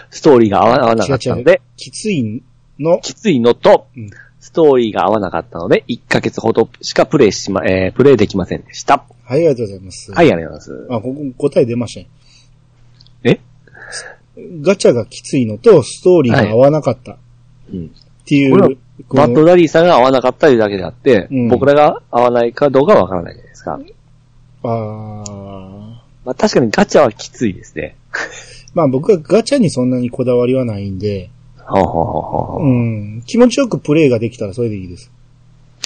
B: ストーリーが合わ合わなかったの
A: 違う違
B: で、
A: きついの、
B: きついのと、
A: うん
B: ストーリーが合わなかったので、1ヶ月ほどしかプレイしま、えープレイできませんでした。
A: はい、ありがとうございます。。
B: はいい、ありがとうございま
A: あ、ここ、答え出ましたね。
B: え
A: ガチャがきついのと、ストーリーが合わなかったっ
B: す。うん。
A: ていう、
B: これは
A: こ
B: バ
A: の
B: ッドダディさんが合わなかったというだけであって、
A: うん
B: 僕らが合わないかどうかはわからないじゃないですか。
A: あー
B: まあ確かにガチャはきついですね。
A: まあ僕はガチャにそんなにこだわりはないんで、
B: ほうほうほうほう
A: う。ん。気持ちよくプレイができたらそれでいいです。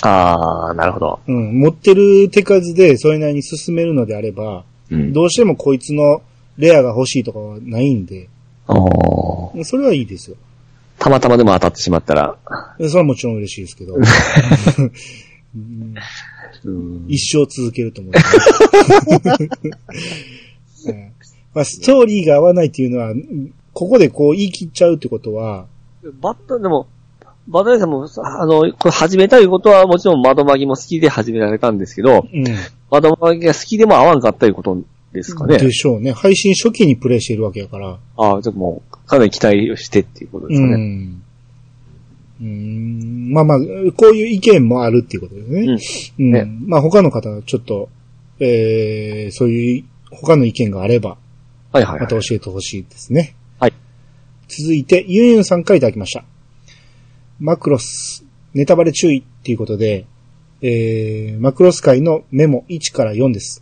B: あー、なるほど。
A: うん。持ってる手数でそれなりに進めるのであれば、
B: うん。
A: どうしてもこいつのレアが欲しいとかはないんで、
B: おー
A: それはいいですよ。
B: たまたまでも当たってしまったら、
A: それはもちろん嬉しいです けど。うん
B: うん
A: 一生続けると思います。 うんまあ、ストーリーが合わないっていうのは、うんここでこう言い切っちゃうってことは、
B: バッタ、でも、バッタリさんも、あの、これ始めたいうことはもちろん窓マギも好きで始められたんですけど、
A: うん。
B: 窓マギが好きでも合わんかったいうことですかね。
A: でしょうね。配信初期にプレイしてるわけやから。
B: ああ、ちょっともう、かなり期待をしてっていうことですかね。
A: うん。うーん。まあまあ、こういう意見もあるっていうことですね。うん。
B: ね
A: まあ他の方はちょっと、えー、そういう他の意見があれば、
B: はいはい、は
A: ま
B: い。
A: た教えてほしいですね。
B: はい。
A: 続いて、ユンユンさんからいただきました。マクロス、ネタバレ注意っていうことで、えー、マクロス界のメモ1から4です。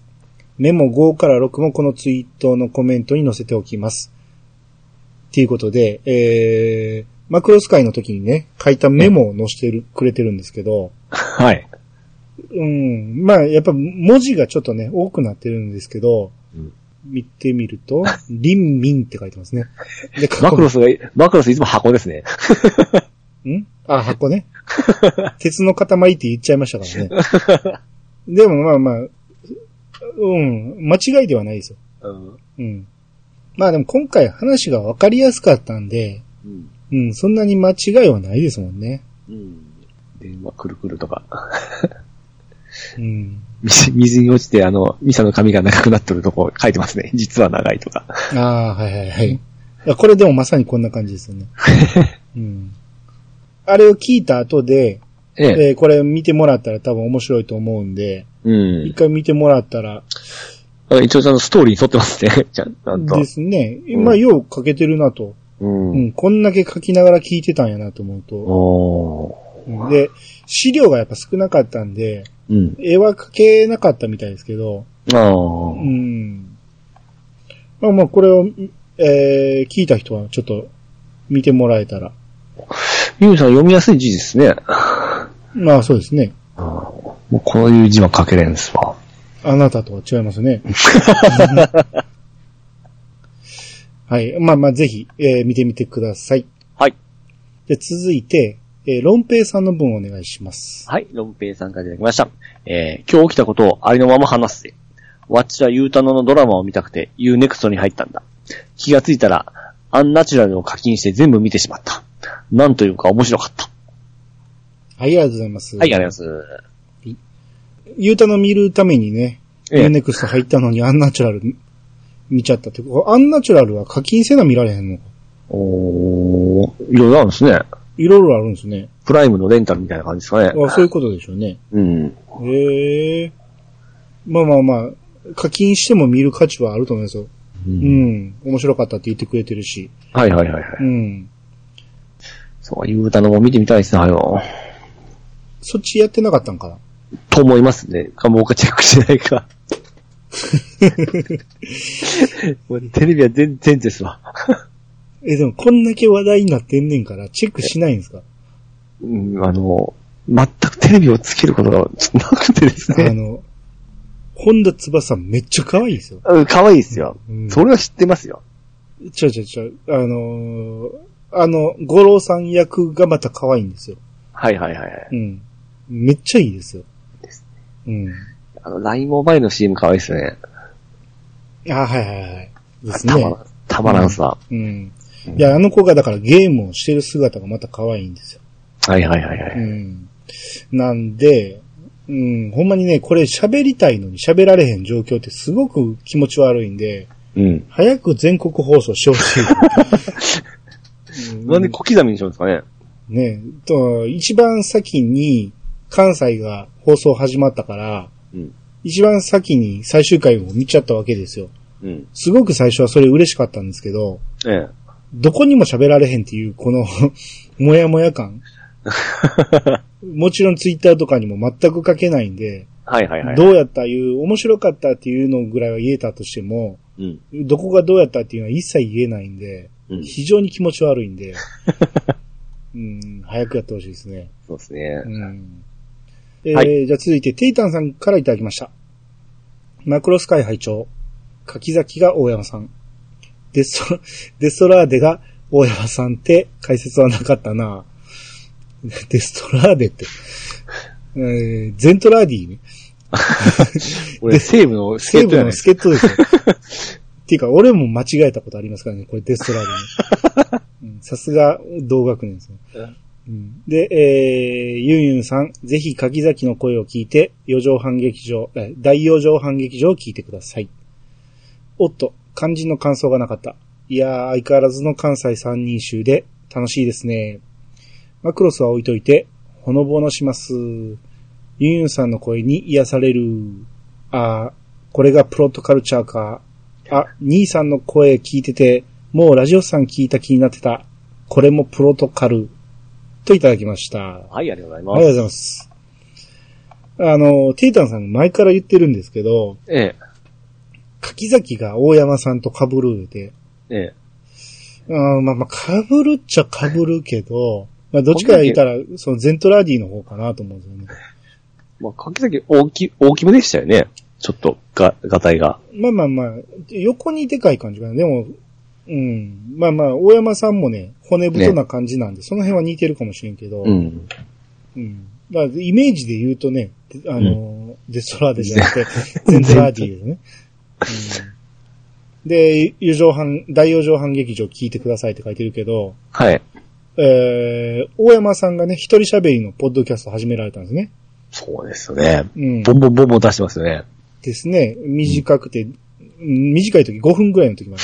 A: メモ5から6もこのツイートのコメントに載せておきます。っていうことで、えー、マクロス界の時にね、書いたメモを載せてる、くれてるんですけど、
B: はい。
A: うん。まあ、やっぱ文字がちょっとね、多くなってるんですけど、
B: うん
A: 見てみると、 リンミンって書いてますね。 で、
B: マクロ
A: ス。
B: スが、マクロスいつも箱ですね。
A: んあ、箱 ね。鉄の塊って言っちゃいましたからね。でもまあまあ、うん、間違いではないですよ。
B: うん。
A: うん。まあでも今回話が分かりやすかったんで、
B: うん。
A: うん、そんなに間違いはないですもんね。
B: うん。電話くるくるとか。
A: うん。
B: 水水に落ちて、あの、ミサの髪が長くなってるとこ書いてますね。実は長いとか。
A: ああ、はいはいはいいや。これでもまさにこんな感じです よね。うん。あれを聞いた後で、
B: ええ。
A: えーこれ見てもらったら多分面白いと思うんで、
B: うん
A: 一。回見てもらったら
B: あ一応ちゃんとストーリーに沿ってますね。 ちゃんちゃんと
A: で。すね。
B: ん
A: まあ、よう書けてるなと。
B: う。
A: うんん、こんだけ書きながら聞いてたんやなと思うと。
B: おー。
A: うんで、資料がやっぱ少なかったんで、
B: うん。
A: 絵は描けなかったみたいですけど、
B: ああ。
A: うん。まあまあ、これを、えー聞いた人はちょっと見てもらえたら。
B: ゆうさん読みやすい字ですね。
A: まあ、そうですね。
B: あー もうこういう字は書けれんすわ。
A: あなたとは違います ね。はい。まあまあ、ぜひ、えー見てみてください。
B: はい。
A: で、続いて、えー、ロンペイさんの分お願いします。
B: はい、ロンペイさんからいただきました。えー今日起きたことをありのまま話すぜ。わっちはゆうたののドラマを見たくて UNEXT に入ったんだ。気がついたら、アンナチュラルを課金して全部見てしまった。なんというか面白かった。
A: はい、ありがとうございます。
B: はい、ありがとうございます。
A: ゆうたの見るためにね、
B: ええ
A: UNEXT 入ったのにアンナチュラル見ちゃったって。これアンナチュラルは課金せな見られへんの
B: おー、いろいろあるんですね。
A: いろいろあるんですね。
B: プライムのレンタルみたいな感じですかね。
A: あそういうことでしょうね。
B: うん。
A: へえ。まあまあまあ、課金しても見る価値はあると思いますよ。
B: う、
A: うんん。面白かったって言ってくれてるし。
B: はいはいはいは
A: う
B: い。
A: ん。
B: そう、ゆうたのも見てみたいですね、はよ。
A: そっちやってなかったんかな
B: と思いますね。か、もうかチェックしないか。もう テレビは全然ですわ。
A: え、でもこんだけ話題になってんねんから、チェックしないんです か
B: うん、あの、全くテレビをつけることがちょっとなくてです
A: あ
B: ね。
A: の、本田翼めっちゃ可愛いですよ。
B: うん可愛いですよ、
A: うん
B: それは知ってますよ。
A: ちょちょちょ、あのーあの、五郎さん役がまた可愛いんですよ。
B: はいはいはいはい。
A: うん。めっちゃいいですよ。うん。
B: あの、LINE モバイルの CM 可愛いですよね。
A: あ、はいはいはい。です
B: た
A: ね
B: ま。らん、たまらんさ、
A: うん。いや、あの子がだからゲームをしてる姿がまた可愛いんですよ。
B: はいはいはいは
A: う
B: い。
A: ん。なんで、うん、ほんまにね、これ喋りたいのに喋られへん状況ってすごく気持ち悪いんで、
B: うん。
A: 早く全国放送してほしい。う
B: なんで小刻みにしますかね。
A: ねと、一番先に関西が放送始まったから、
B: うん。
A: 一番先に最終回を見ちゃったわけですよ。
B: うん。
A: すごく最初はそれ嬉しかったんですけど、
B: ええ。
A: どこにも喋られへんっていう、この、 もやもや 感。もちろんツイッターとかにも全く書けないんで、
B: はいはいはい。
A: どうやったいう、面白かったっていうのぐらいは言えたとしても、
B: うん。
A: どこがどうやったっていうのは一切言えないんで、
B: うん。
A: 非常に気持ち悪いん で、うん、早くやってほしいですね。
B: そうですね。
A: うんえー
B: は
A: じゃあ続いて、テイタンさんからいただきました。マクロスカイ拝聴柿崎が大山さん。デスト、デストラー デが大山さんって解説はなかったな デストラーデって。えーゼントラーディね。
B: 俺、西武のスケ
A: 西
B: ート
A: 部
B: やね
A: の
B: ん
A: スケットですよ。 っていうか、俺も間違えたことありますからね、これデストラー デねうんさすが同学年ですね。うんで、えー、ゆんゆんさん、ぜひ柿崎の声を聞いて、四畳半劇場、え大四畳半劇場を聞いてください。おっと、肝心の感想がなかった。いやー、相変わらずの関西三人衆で楽しいですね。マクロスは置いといて、ほのぼのします。ゆんゆんさんの声に癒される。あー、これがプロトカルチャーか。あ、兄さんの声聞いてて、もうラジオさん聞いた気になってた。これもプロトカル。といただきました。
B: はい、ありがとうご
A: あ
B: ざ
A: りがと
B: い
A: うご
B: ます。
A: ざいます。あの、テイタンさん前から言ってるんですけど、
B: ええ。
A: 柿崎が大山さんと被るで、
B: ええ。
A: あーまあまあ被るっちゃ被るけど、まあどっちか言ったら、そのゼントラーディの方かなと思うんですよね。
B: まあ、柿崎大き、大きめでしたよね。ちょっと、が、がたいが。
A: まあまあまあ、横にでかい感じかな。でも、うん。まあまあ、大山さんもね、骨太な感じなんで、その辺は似てるかもしれんけど、
B: うん。
A: うん。だからイメージで言うとね、あのー、デストラーデじゃなくて、ゼントラーディーね。うん、で、四畳半、大四畳半劇場聞いてくださいって書いてるけど、
B: はい。
A: えー、大山さんがね、一人喋りのポッドキャスト始められたんですね。
B: そうですよね。
A: うん。
B: ボンボンボンボン出してますよね。
A: ですね。短くて、うん短い時5分ぐらいの時まで、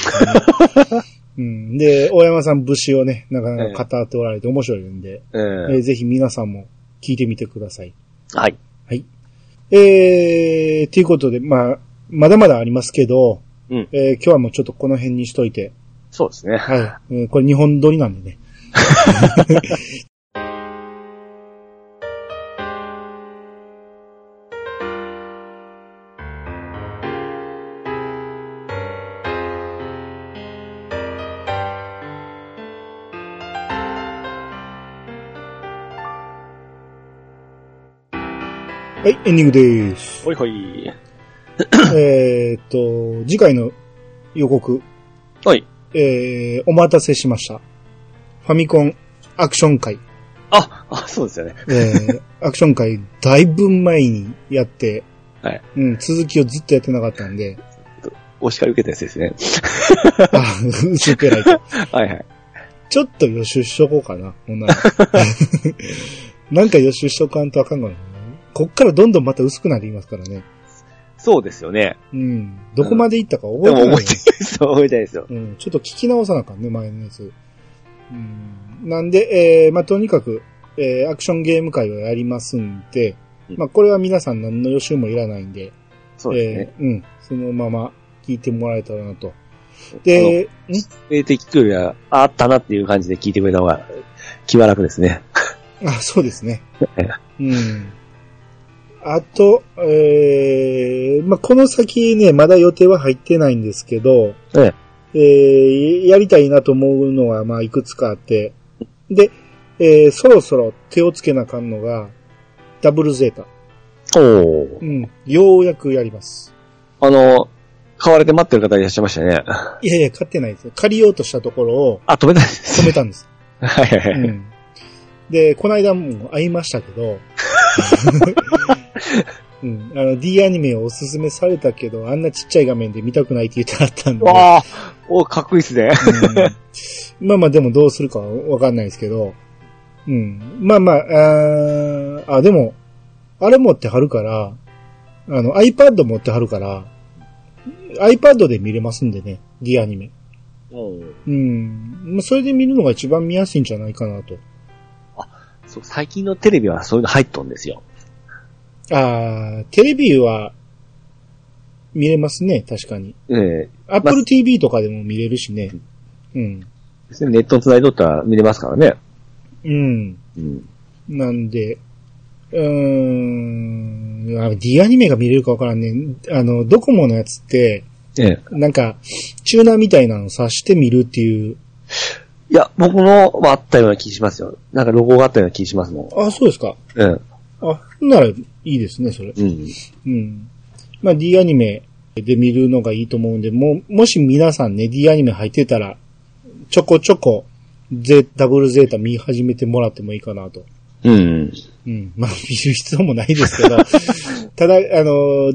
A: うん。で、大山さん武士をね、なかなか語っておられて面白いんで、
B: ええ
A: えーぜひ皆さんも聞いてみてください。
B: はい。
A: えー、ということで、まあ、まだまだありますけど、
B: うん
A: えー今日はもうちょっとこの辺にしといて、
B: そうですね。
A: はい。うんこれ日本撮りなんでね。はい、エンディングです。
B: ほいほい。
A: えーっと、次回の予告。
B: はい。
A: えー、お待たせしました。ファミコンアクション会。
B: あ、あ、そうですよね。
A: え ー、アクション会だいぶ前にやって、
B: はい
A: うん、続きをずっとやってなかったんで、
B: お叱り受けたやつですね。
A: あ、薄っぺらいと。
B: はいはい。
A: ちょっと予習しとこうかな、ほん ならなんか予習しとかんとあかんがな。こっからどんどんまた薄くなっていきますからね。
B: そうですよね。
A: うん。どこまでいったか覚え
B: で
A: てな
B: も
A: い、
B: 覚えてないですよ。覚えてないですよ。
A: うん、ちょっと聞き直さなあかんね、前のやつ。うん、なんで、えー、まあ、とにかく、えー、アクションゲーム会をやりますんで、
B: うん
A: まあ、これは皆さん何の予習もいらないんで、
B: そうですね。
A: えーうん、そのまま聞いてもらえたらなと。
B: で、
A: で、ん
B: 霊的距離はあったなっていう感じで聞いてくれた方が気は楽ですね。
A: あ、そうです ね
B: え。
A: うん。あと、えー、まあ、この先ね、まだ予定は入ってないんですけど、
B: え
A: えーやりたいなと思うのは、まあ、いくつかあって、で、えーそろそろ手をつけなあかんのが、ダブルゼータ。
B: おお。
A: うん。ようやくやります。
B: あの、買われて待ってる方いらっしゃいましたね。
A: いやいや、買ってないです。借りようとしたところを
B: あ、止めたんです。
A: 止めたんです。
B: はい
A: う
B: はいはい。
A: ん。で、この間も会いましたけど、うん、あの、D アニメをおすすめされたけど、あんなちっちゃい画面で見たくないって言ってあったんで、
B: わあ、お、かっこいいっすね。
A: うんまあまあでもどうするかはわかんないですけど、うん、まあまあ、あーあ、でも、あれ持ってはるから、あの、iPad 持ってはるから、iPad で見れますんでね、D アニメ。
B: うん。
A: うん、まあそれで見るのが一番見やすいんじゃないかなと。
B: そう、最近のテレビはそういうの入っとんですよ。
A: あーテレビは見れますね、確かに。
B: ええ
A: Apple TV とかでも見れるしね。うん。
B: 別にネットの繋いとったら見れますからね。
A: うん。
B: うん。
A: なんで、うーん、あ D アニメが見れるかわからんね。あの、ドコモのやつって、
B: ええ。
A: なんか、チューナーみたいなのを挿して見るっていう。
B: いや、僕のはあったような気しますよ。なんかロゴがあったような気しますもん。
A: あ、そうですか。
B: ええ。
A: あ、ならいいですね、それ。
B: うん。
A: うん。まあ、D アニメで見るのがいいと思うんで、もう、もし皆さんね、D アニメ入ってたら、ちょこちょこ、ゼ、ダブルゼータ見始めてもらってもいいかなと。
B: うん。
A: うん。まあ、 見る必要もないですけど、 ただ、あの、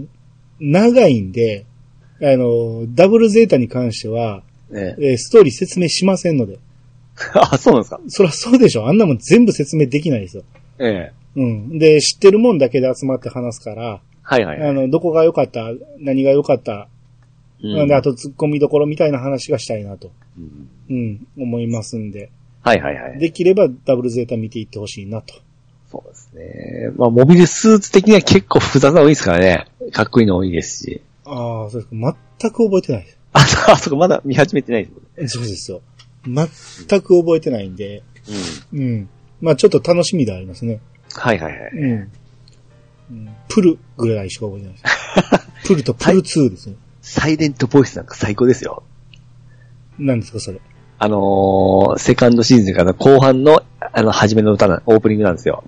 A: 長いんで、あの、ダブルゼータに関しては、
B: ええ。
A: え ーストーリー説明しませんので。
B: あ、そうなんですか。
A: そらそうでしょ。あんなもん全部説明できないですよ。
B: ええ。
A: うん。で、知ってるもんだけで集まって話すから、
B: はいはいはい。
A: あの、どこが良かった、何が良かった、
B: う
A: なん
B: ん
A: で、あと突っ込みどころみたいな話がしたいなと、
B: うん
A: うん、思いますんで。
B: はいはいはい。
A: できればダブルゼータ見ていってほしいなと。
B: そうですね。まあ、モビルスーツ的には結構複雑なの多いですからね。かっこいいの多いですし。
A: ああ、そうですか。全く覚えてないです。
B: あ、そうあそこまだ見始めてないですもんね。
A: そうですよ。全く覚えてないんで、
B: うん。
A: うん。まあちょっと楽しみではありますね。
B: はいはいはい。
A: うん。うんプルぐらいしか覚えてないです。プルとプル2ですね。
B: サイレントボイスなんか最高ですよ。
A: 何ですか、それ。
B: あのー、セカンドシーズンから後半の、あの、初めの歌な、オープニングなんですよ。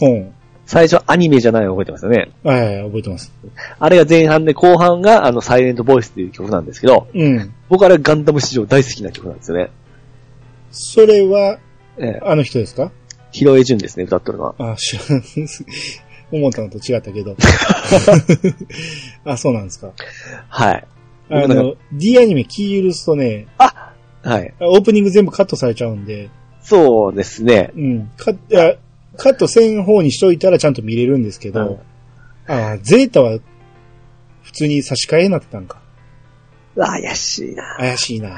A: ほん。
B: 最初アニメじゃないの覚えてますよね。
A: はいはい、覚えてます。
B: あれが前半で、後半があの、サイレントボイスっていう曲なんですけど、
A: うん。
B: 僕あれガンダム史上大好きな曲なんですよね。
A: それは、
B: ええ、
A: あの人ですか
B: ヒロエジュンですね、歌っとるのは。
A: あ、知らん。 思ったのと違ったけど。あ、そうなんですか。
B: はい。
A: あ
B: 僕なんか
A: の、D アニメキー許すとね、
B: はい。
A: オープニング全部カットされちゃうんで、
B: そうですね。
A: うん。カッあカットせん方にしといたらちゃんと見れるんですけど、あゼータは普通に差し替えになってたんか。
B: うわ怪しいな。
A: 怪しいな。
B: い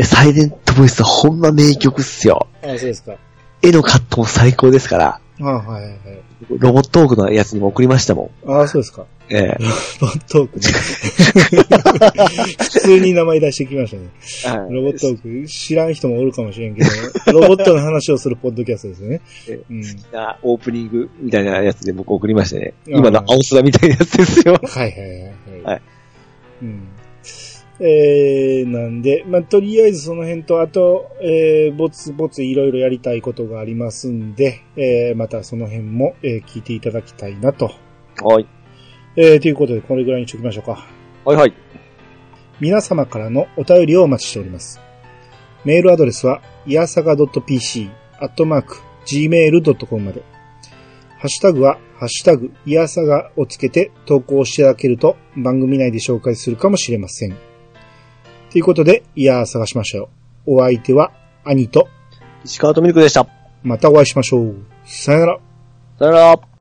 B: や、サイレントボイスはほんま名曲っすよ。
A: あそうですか。あ
B: 絵のカットも最高ですから、
A: はいはいはい。
B: ロボットオークのやつにも送りましたもん。
A: あそうですか。
B: ええ。
A: ロボットークね。 普通に名前出してきましたね。ロボットーク、知らん人もおるかもしれんけど、ロボットの話をするポッドキャストですね。
B: え
A: うん、
B: なオープニングみたいなやつで僕送りましたね。
A: あー
B: 今の青空みたいなやつですよ。
A: はいはいはい。
B: はい
A: うんえー、なんで、まあ、とりあえずその辺と、あと、えー、ぼつぼついろいろやりたいことがありますんで、えー、またその辺も、えー聞いていただきたいなと。
B: はい。
A: えー、ということで、これぐらいにしときましょうか。
B: はいはい。
A: 皆様からのお便りをお待ちしております。メールアドレスは、いやさが .pc、アットマーク、gmail.com まで。ハッシュタグは、ハッシュタグ、いやさがをつけて投稿していただけると、番組内で紹介するかもしれません。ということで、いやー探しましょう。お相手は、兄と、
B: 石川とみるくでした。
A: またお会いしましょう。さよなら。
B: さよなら。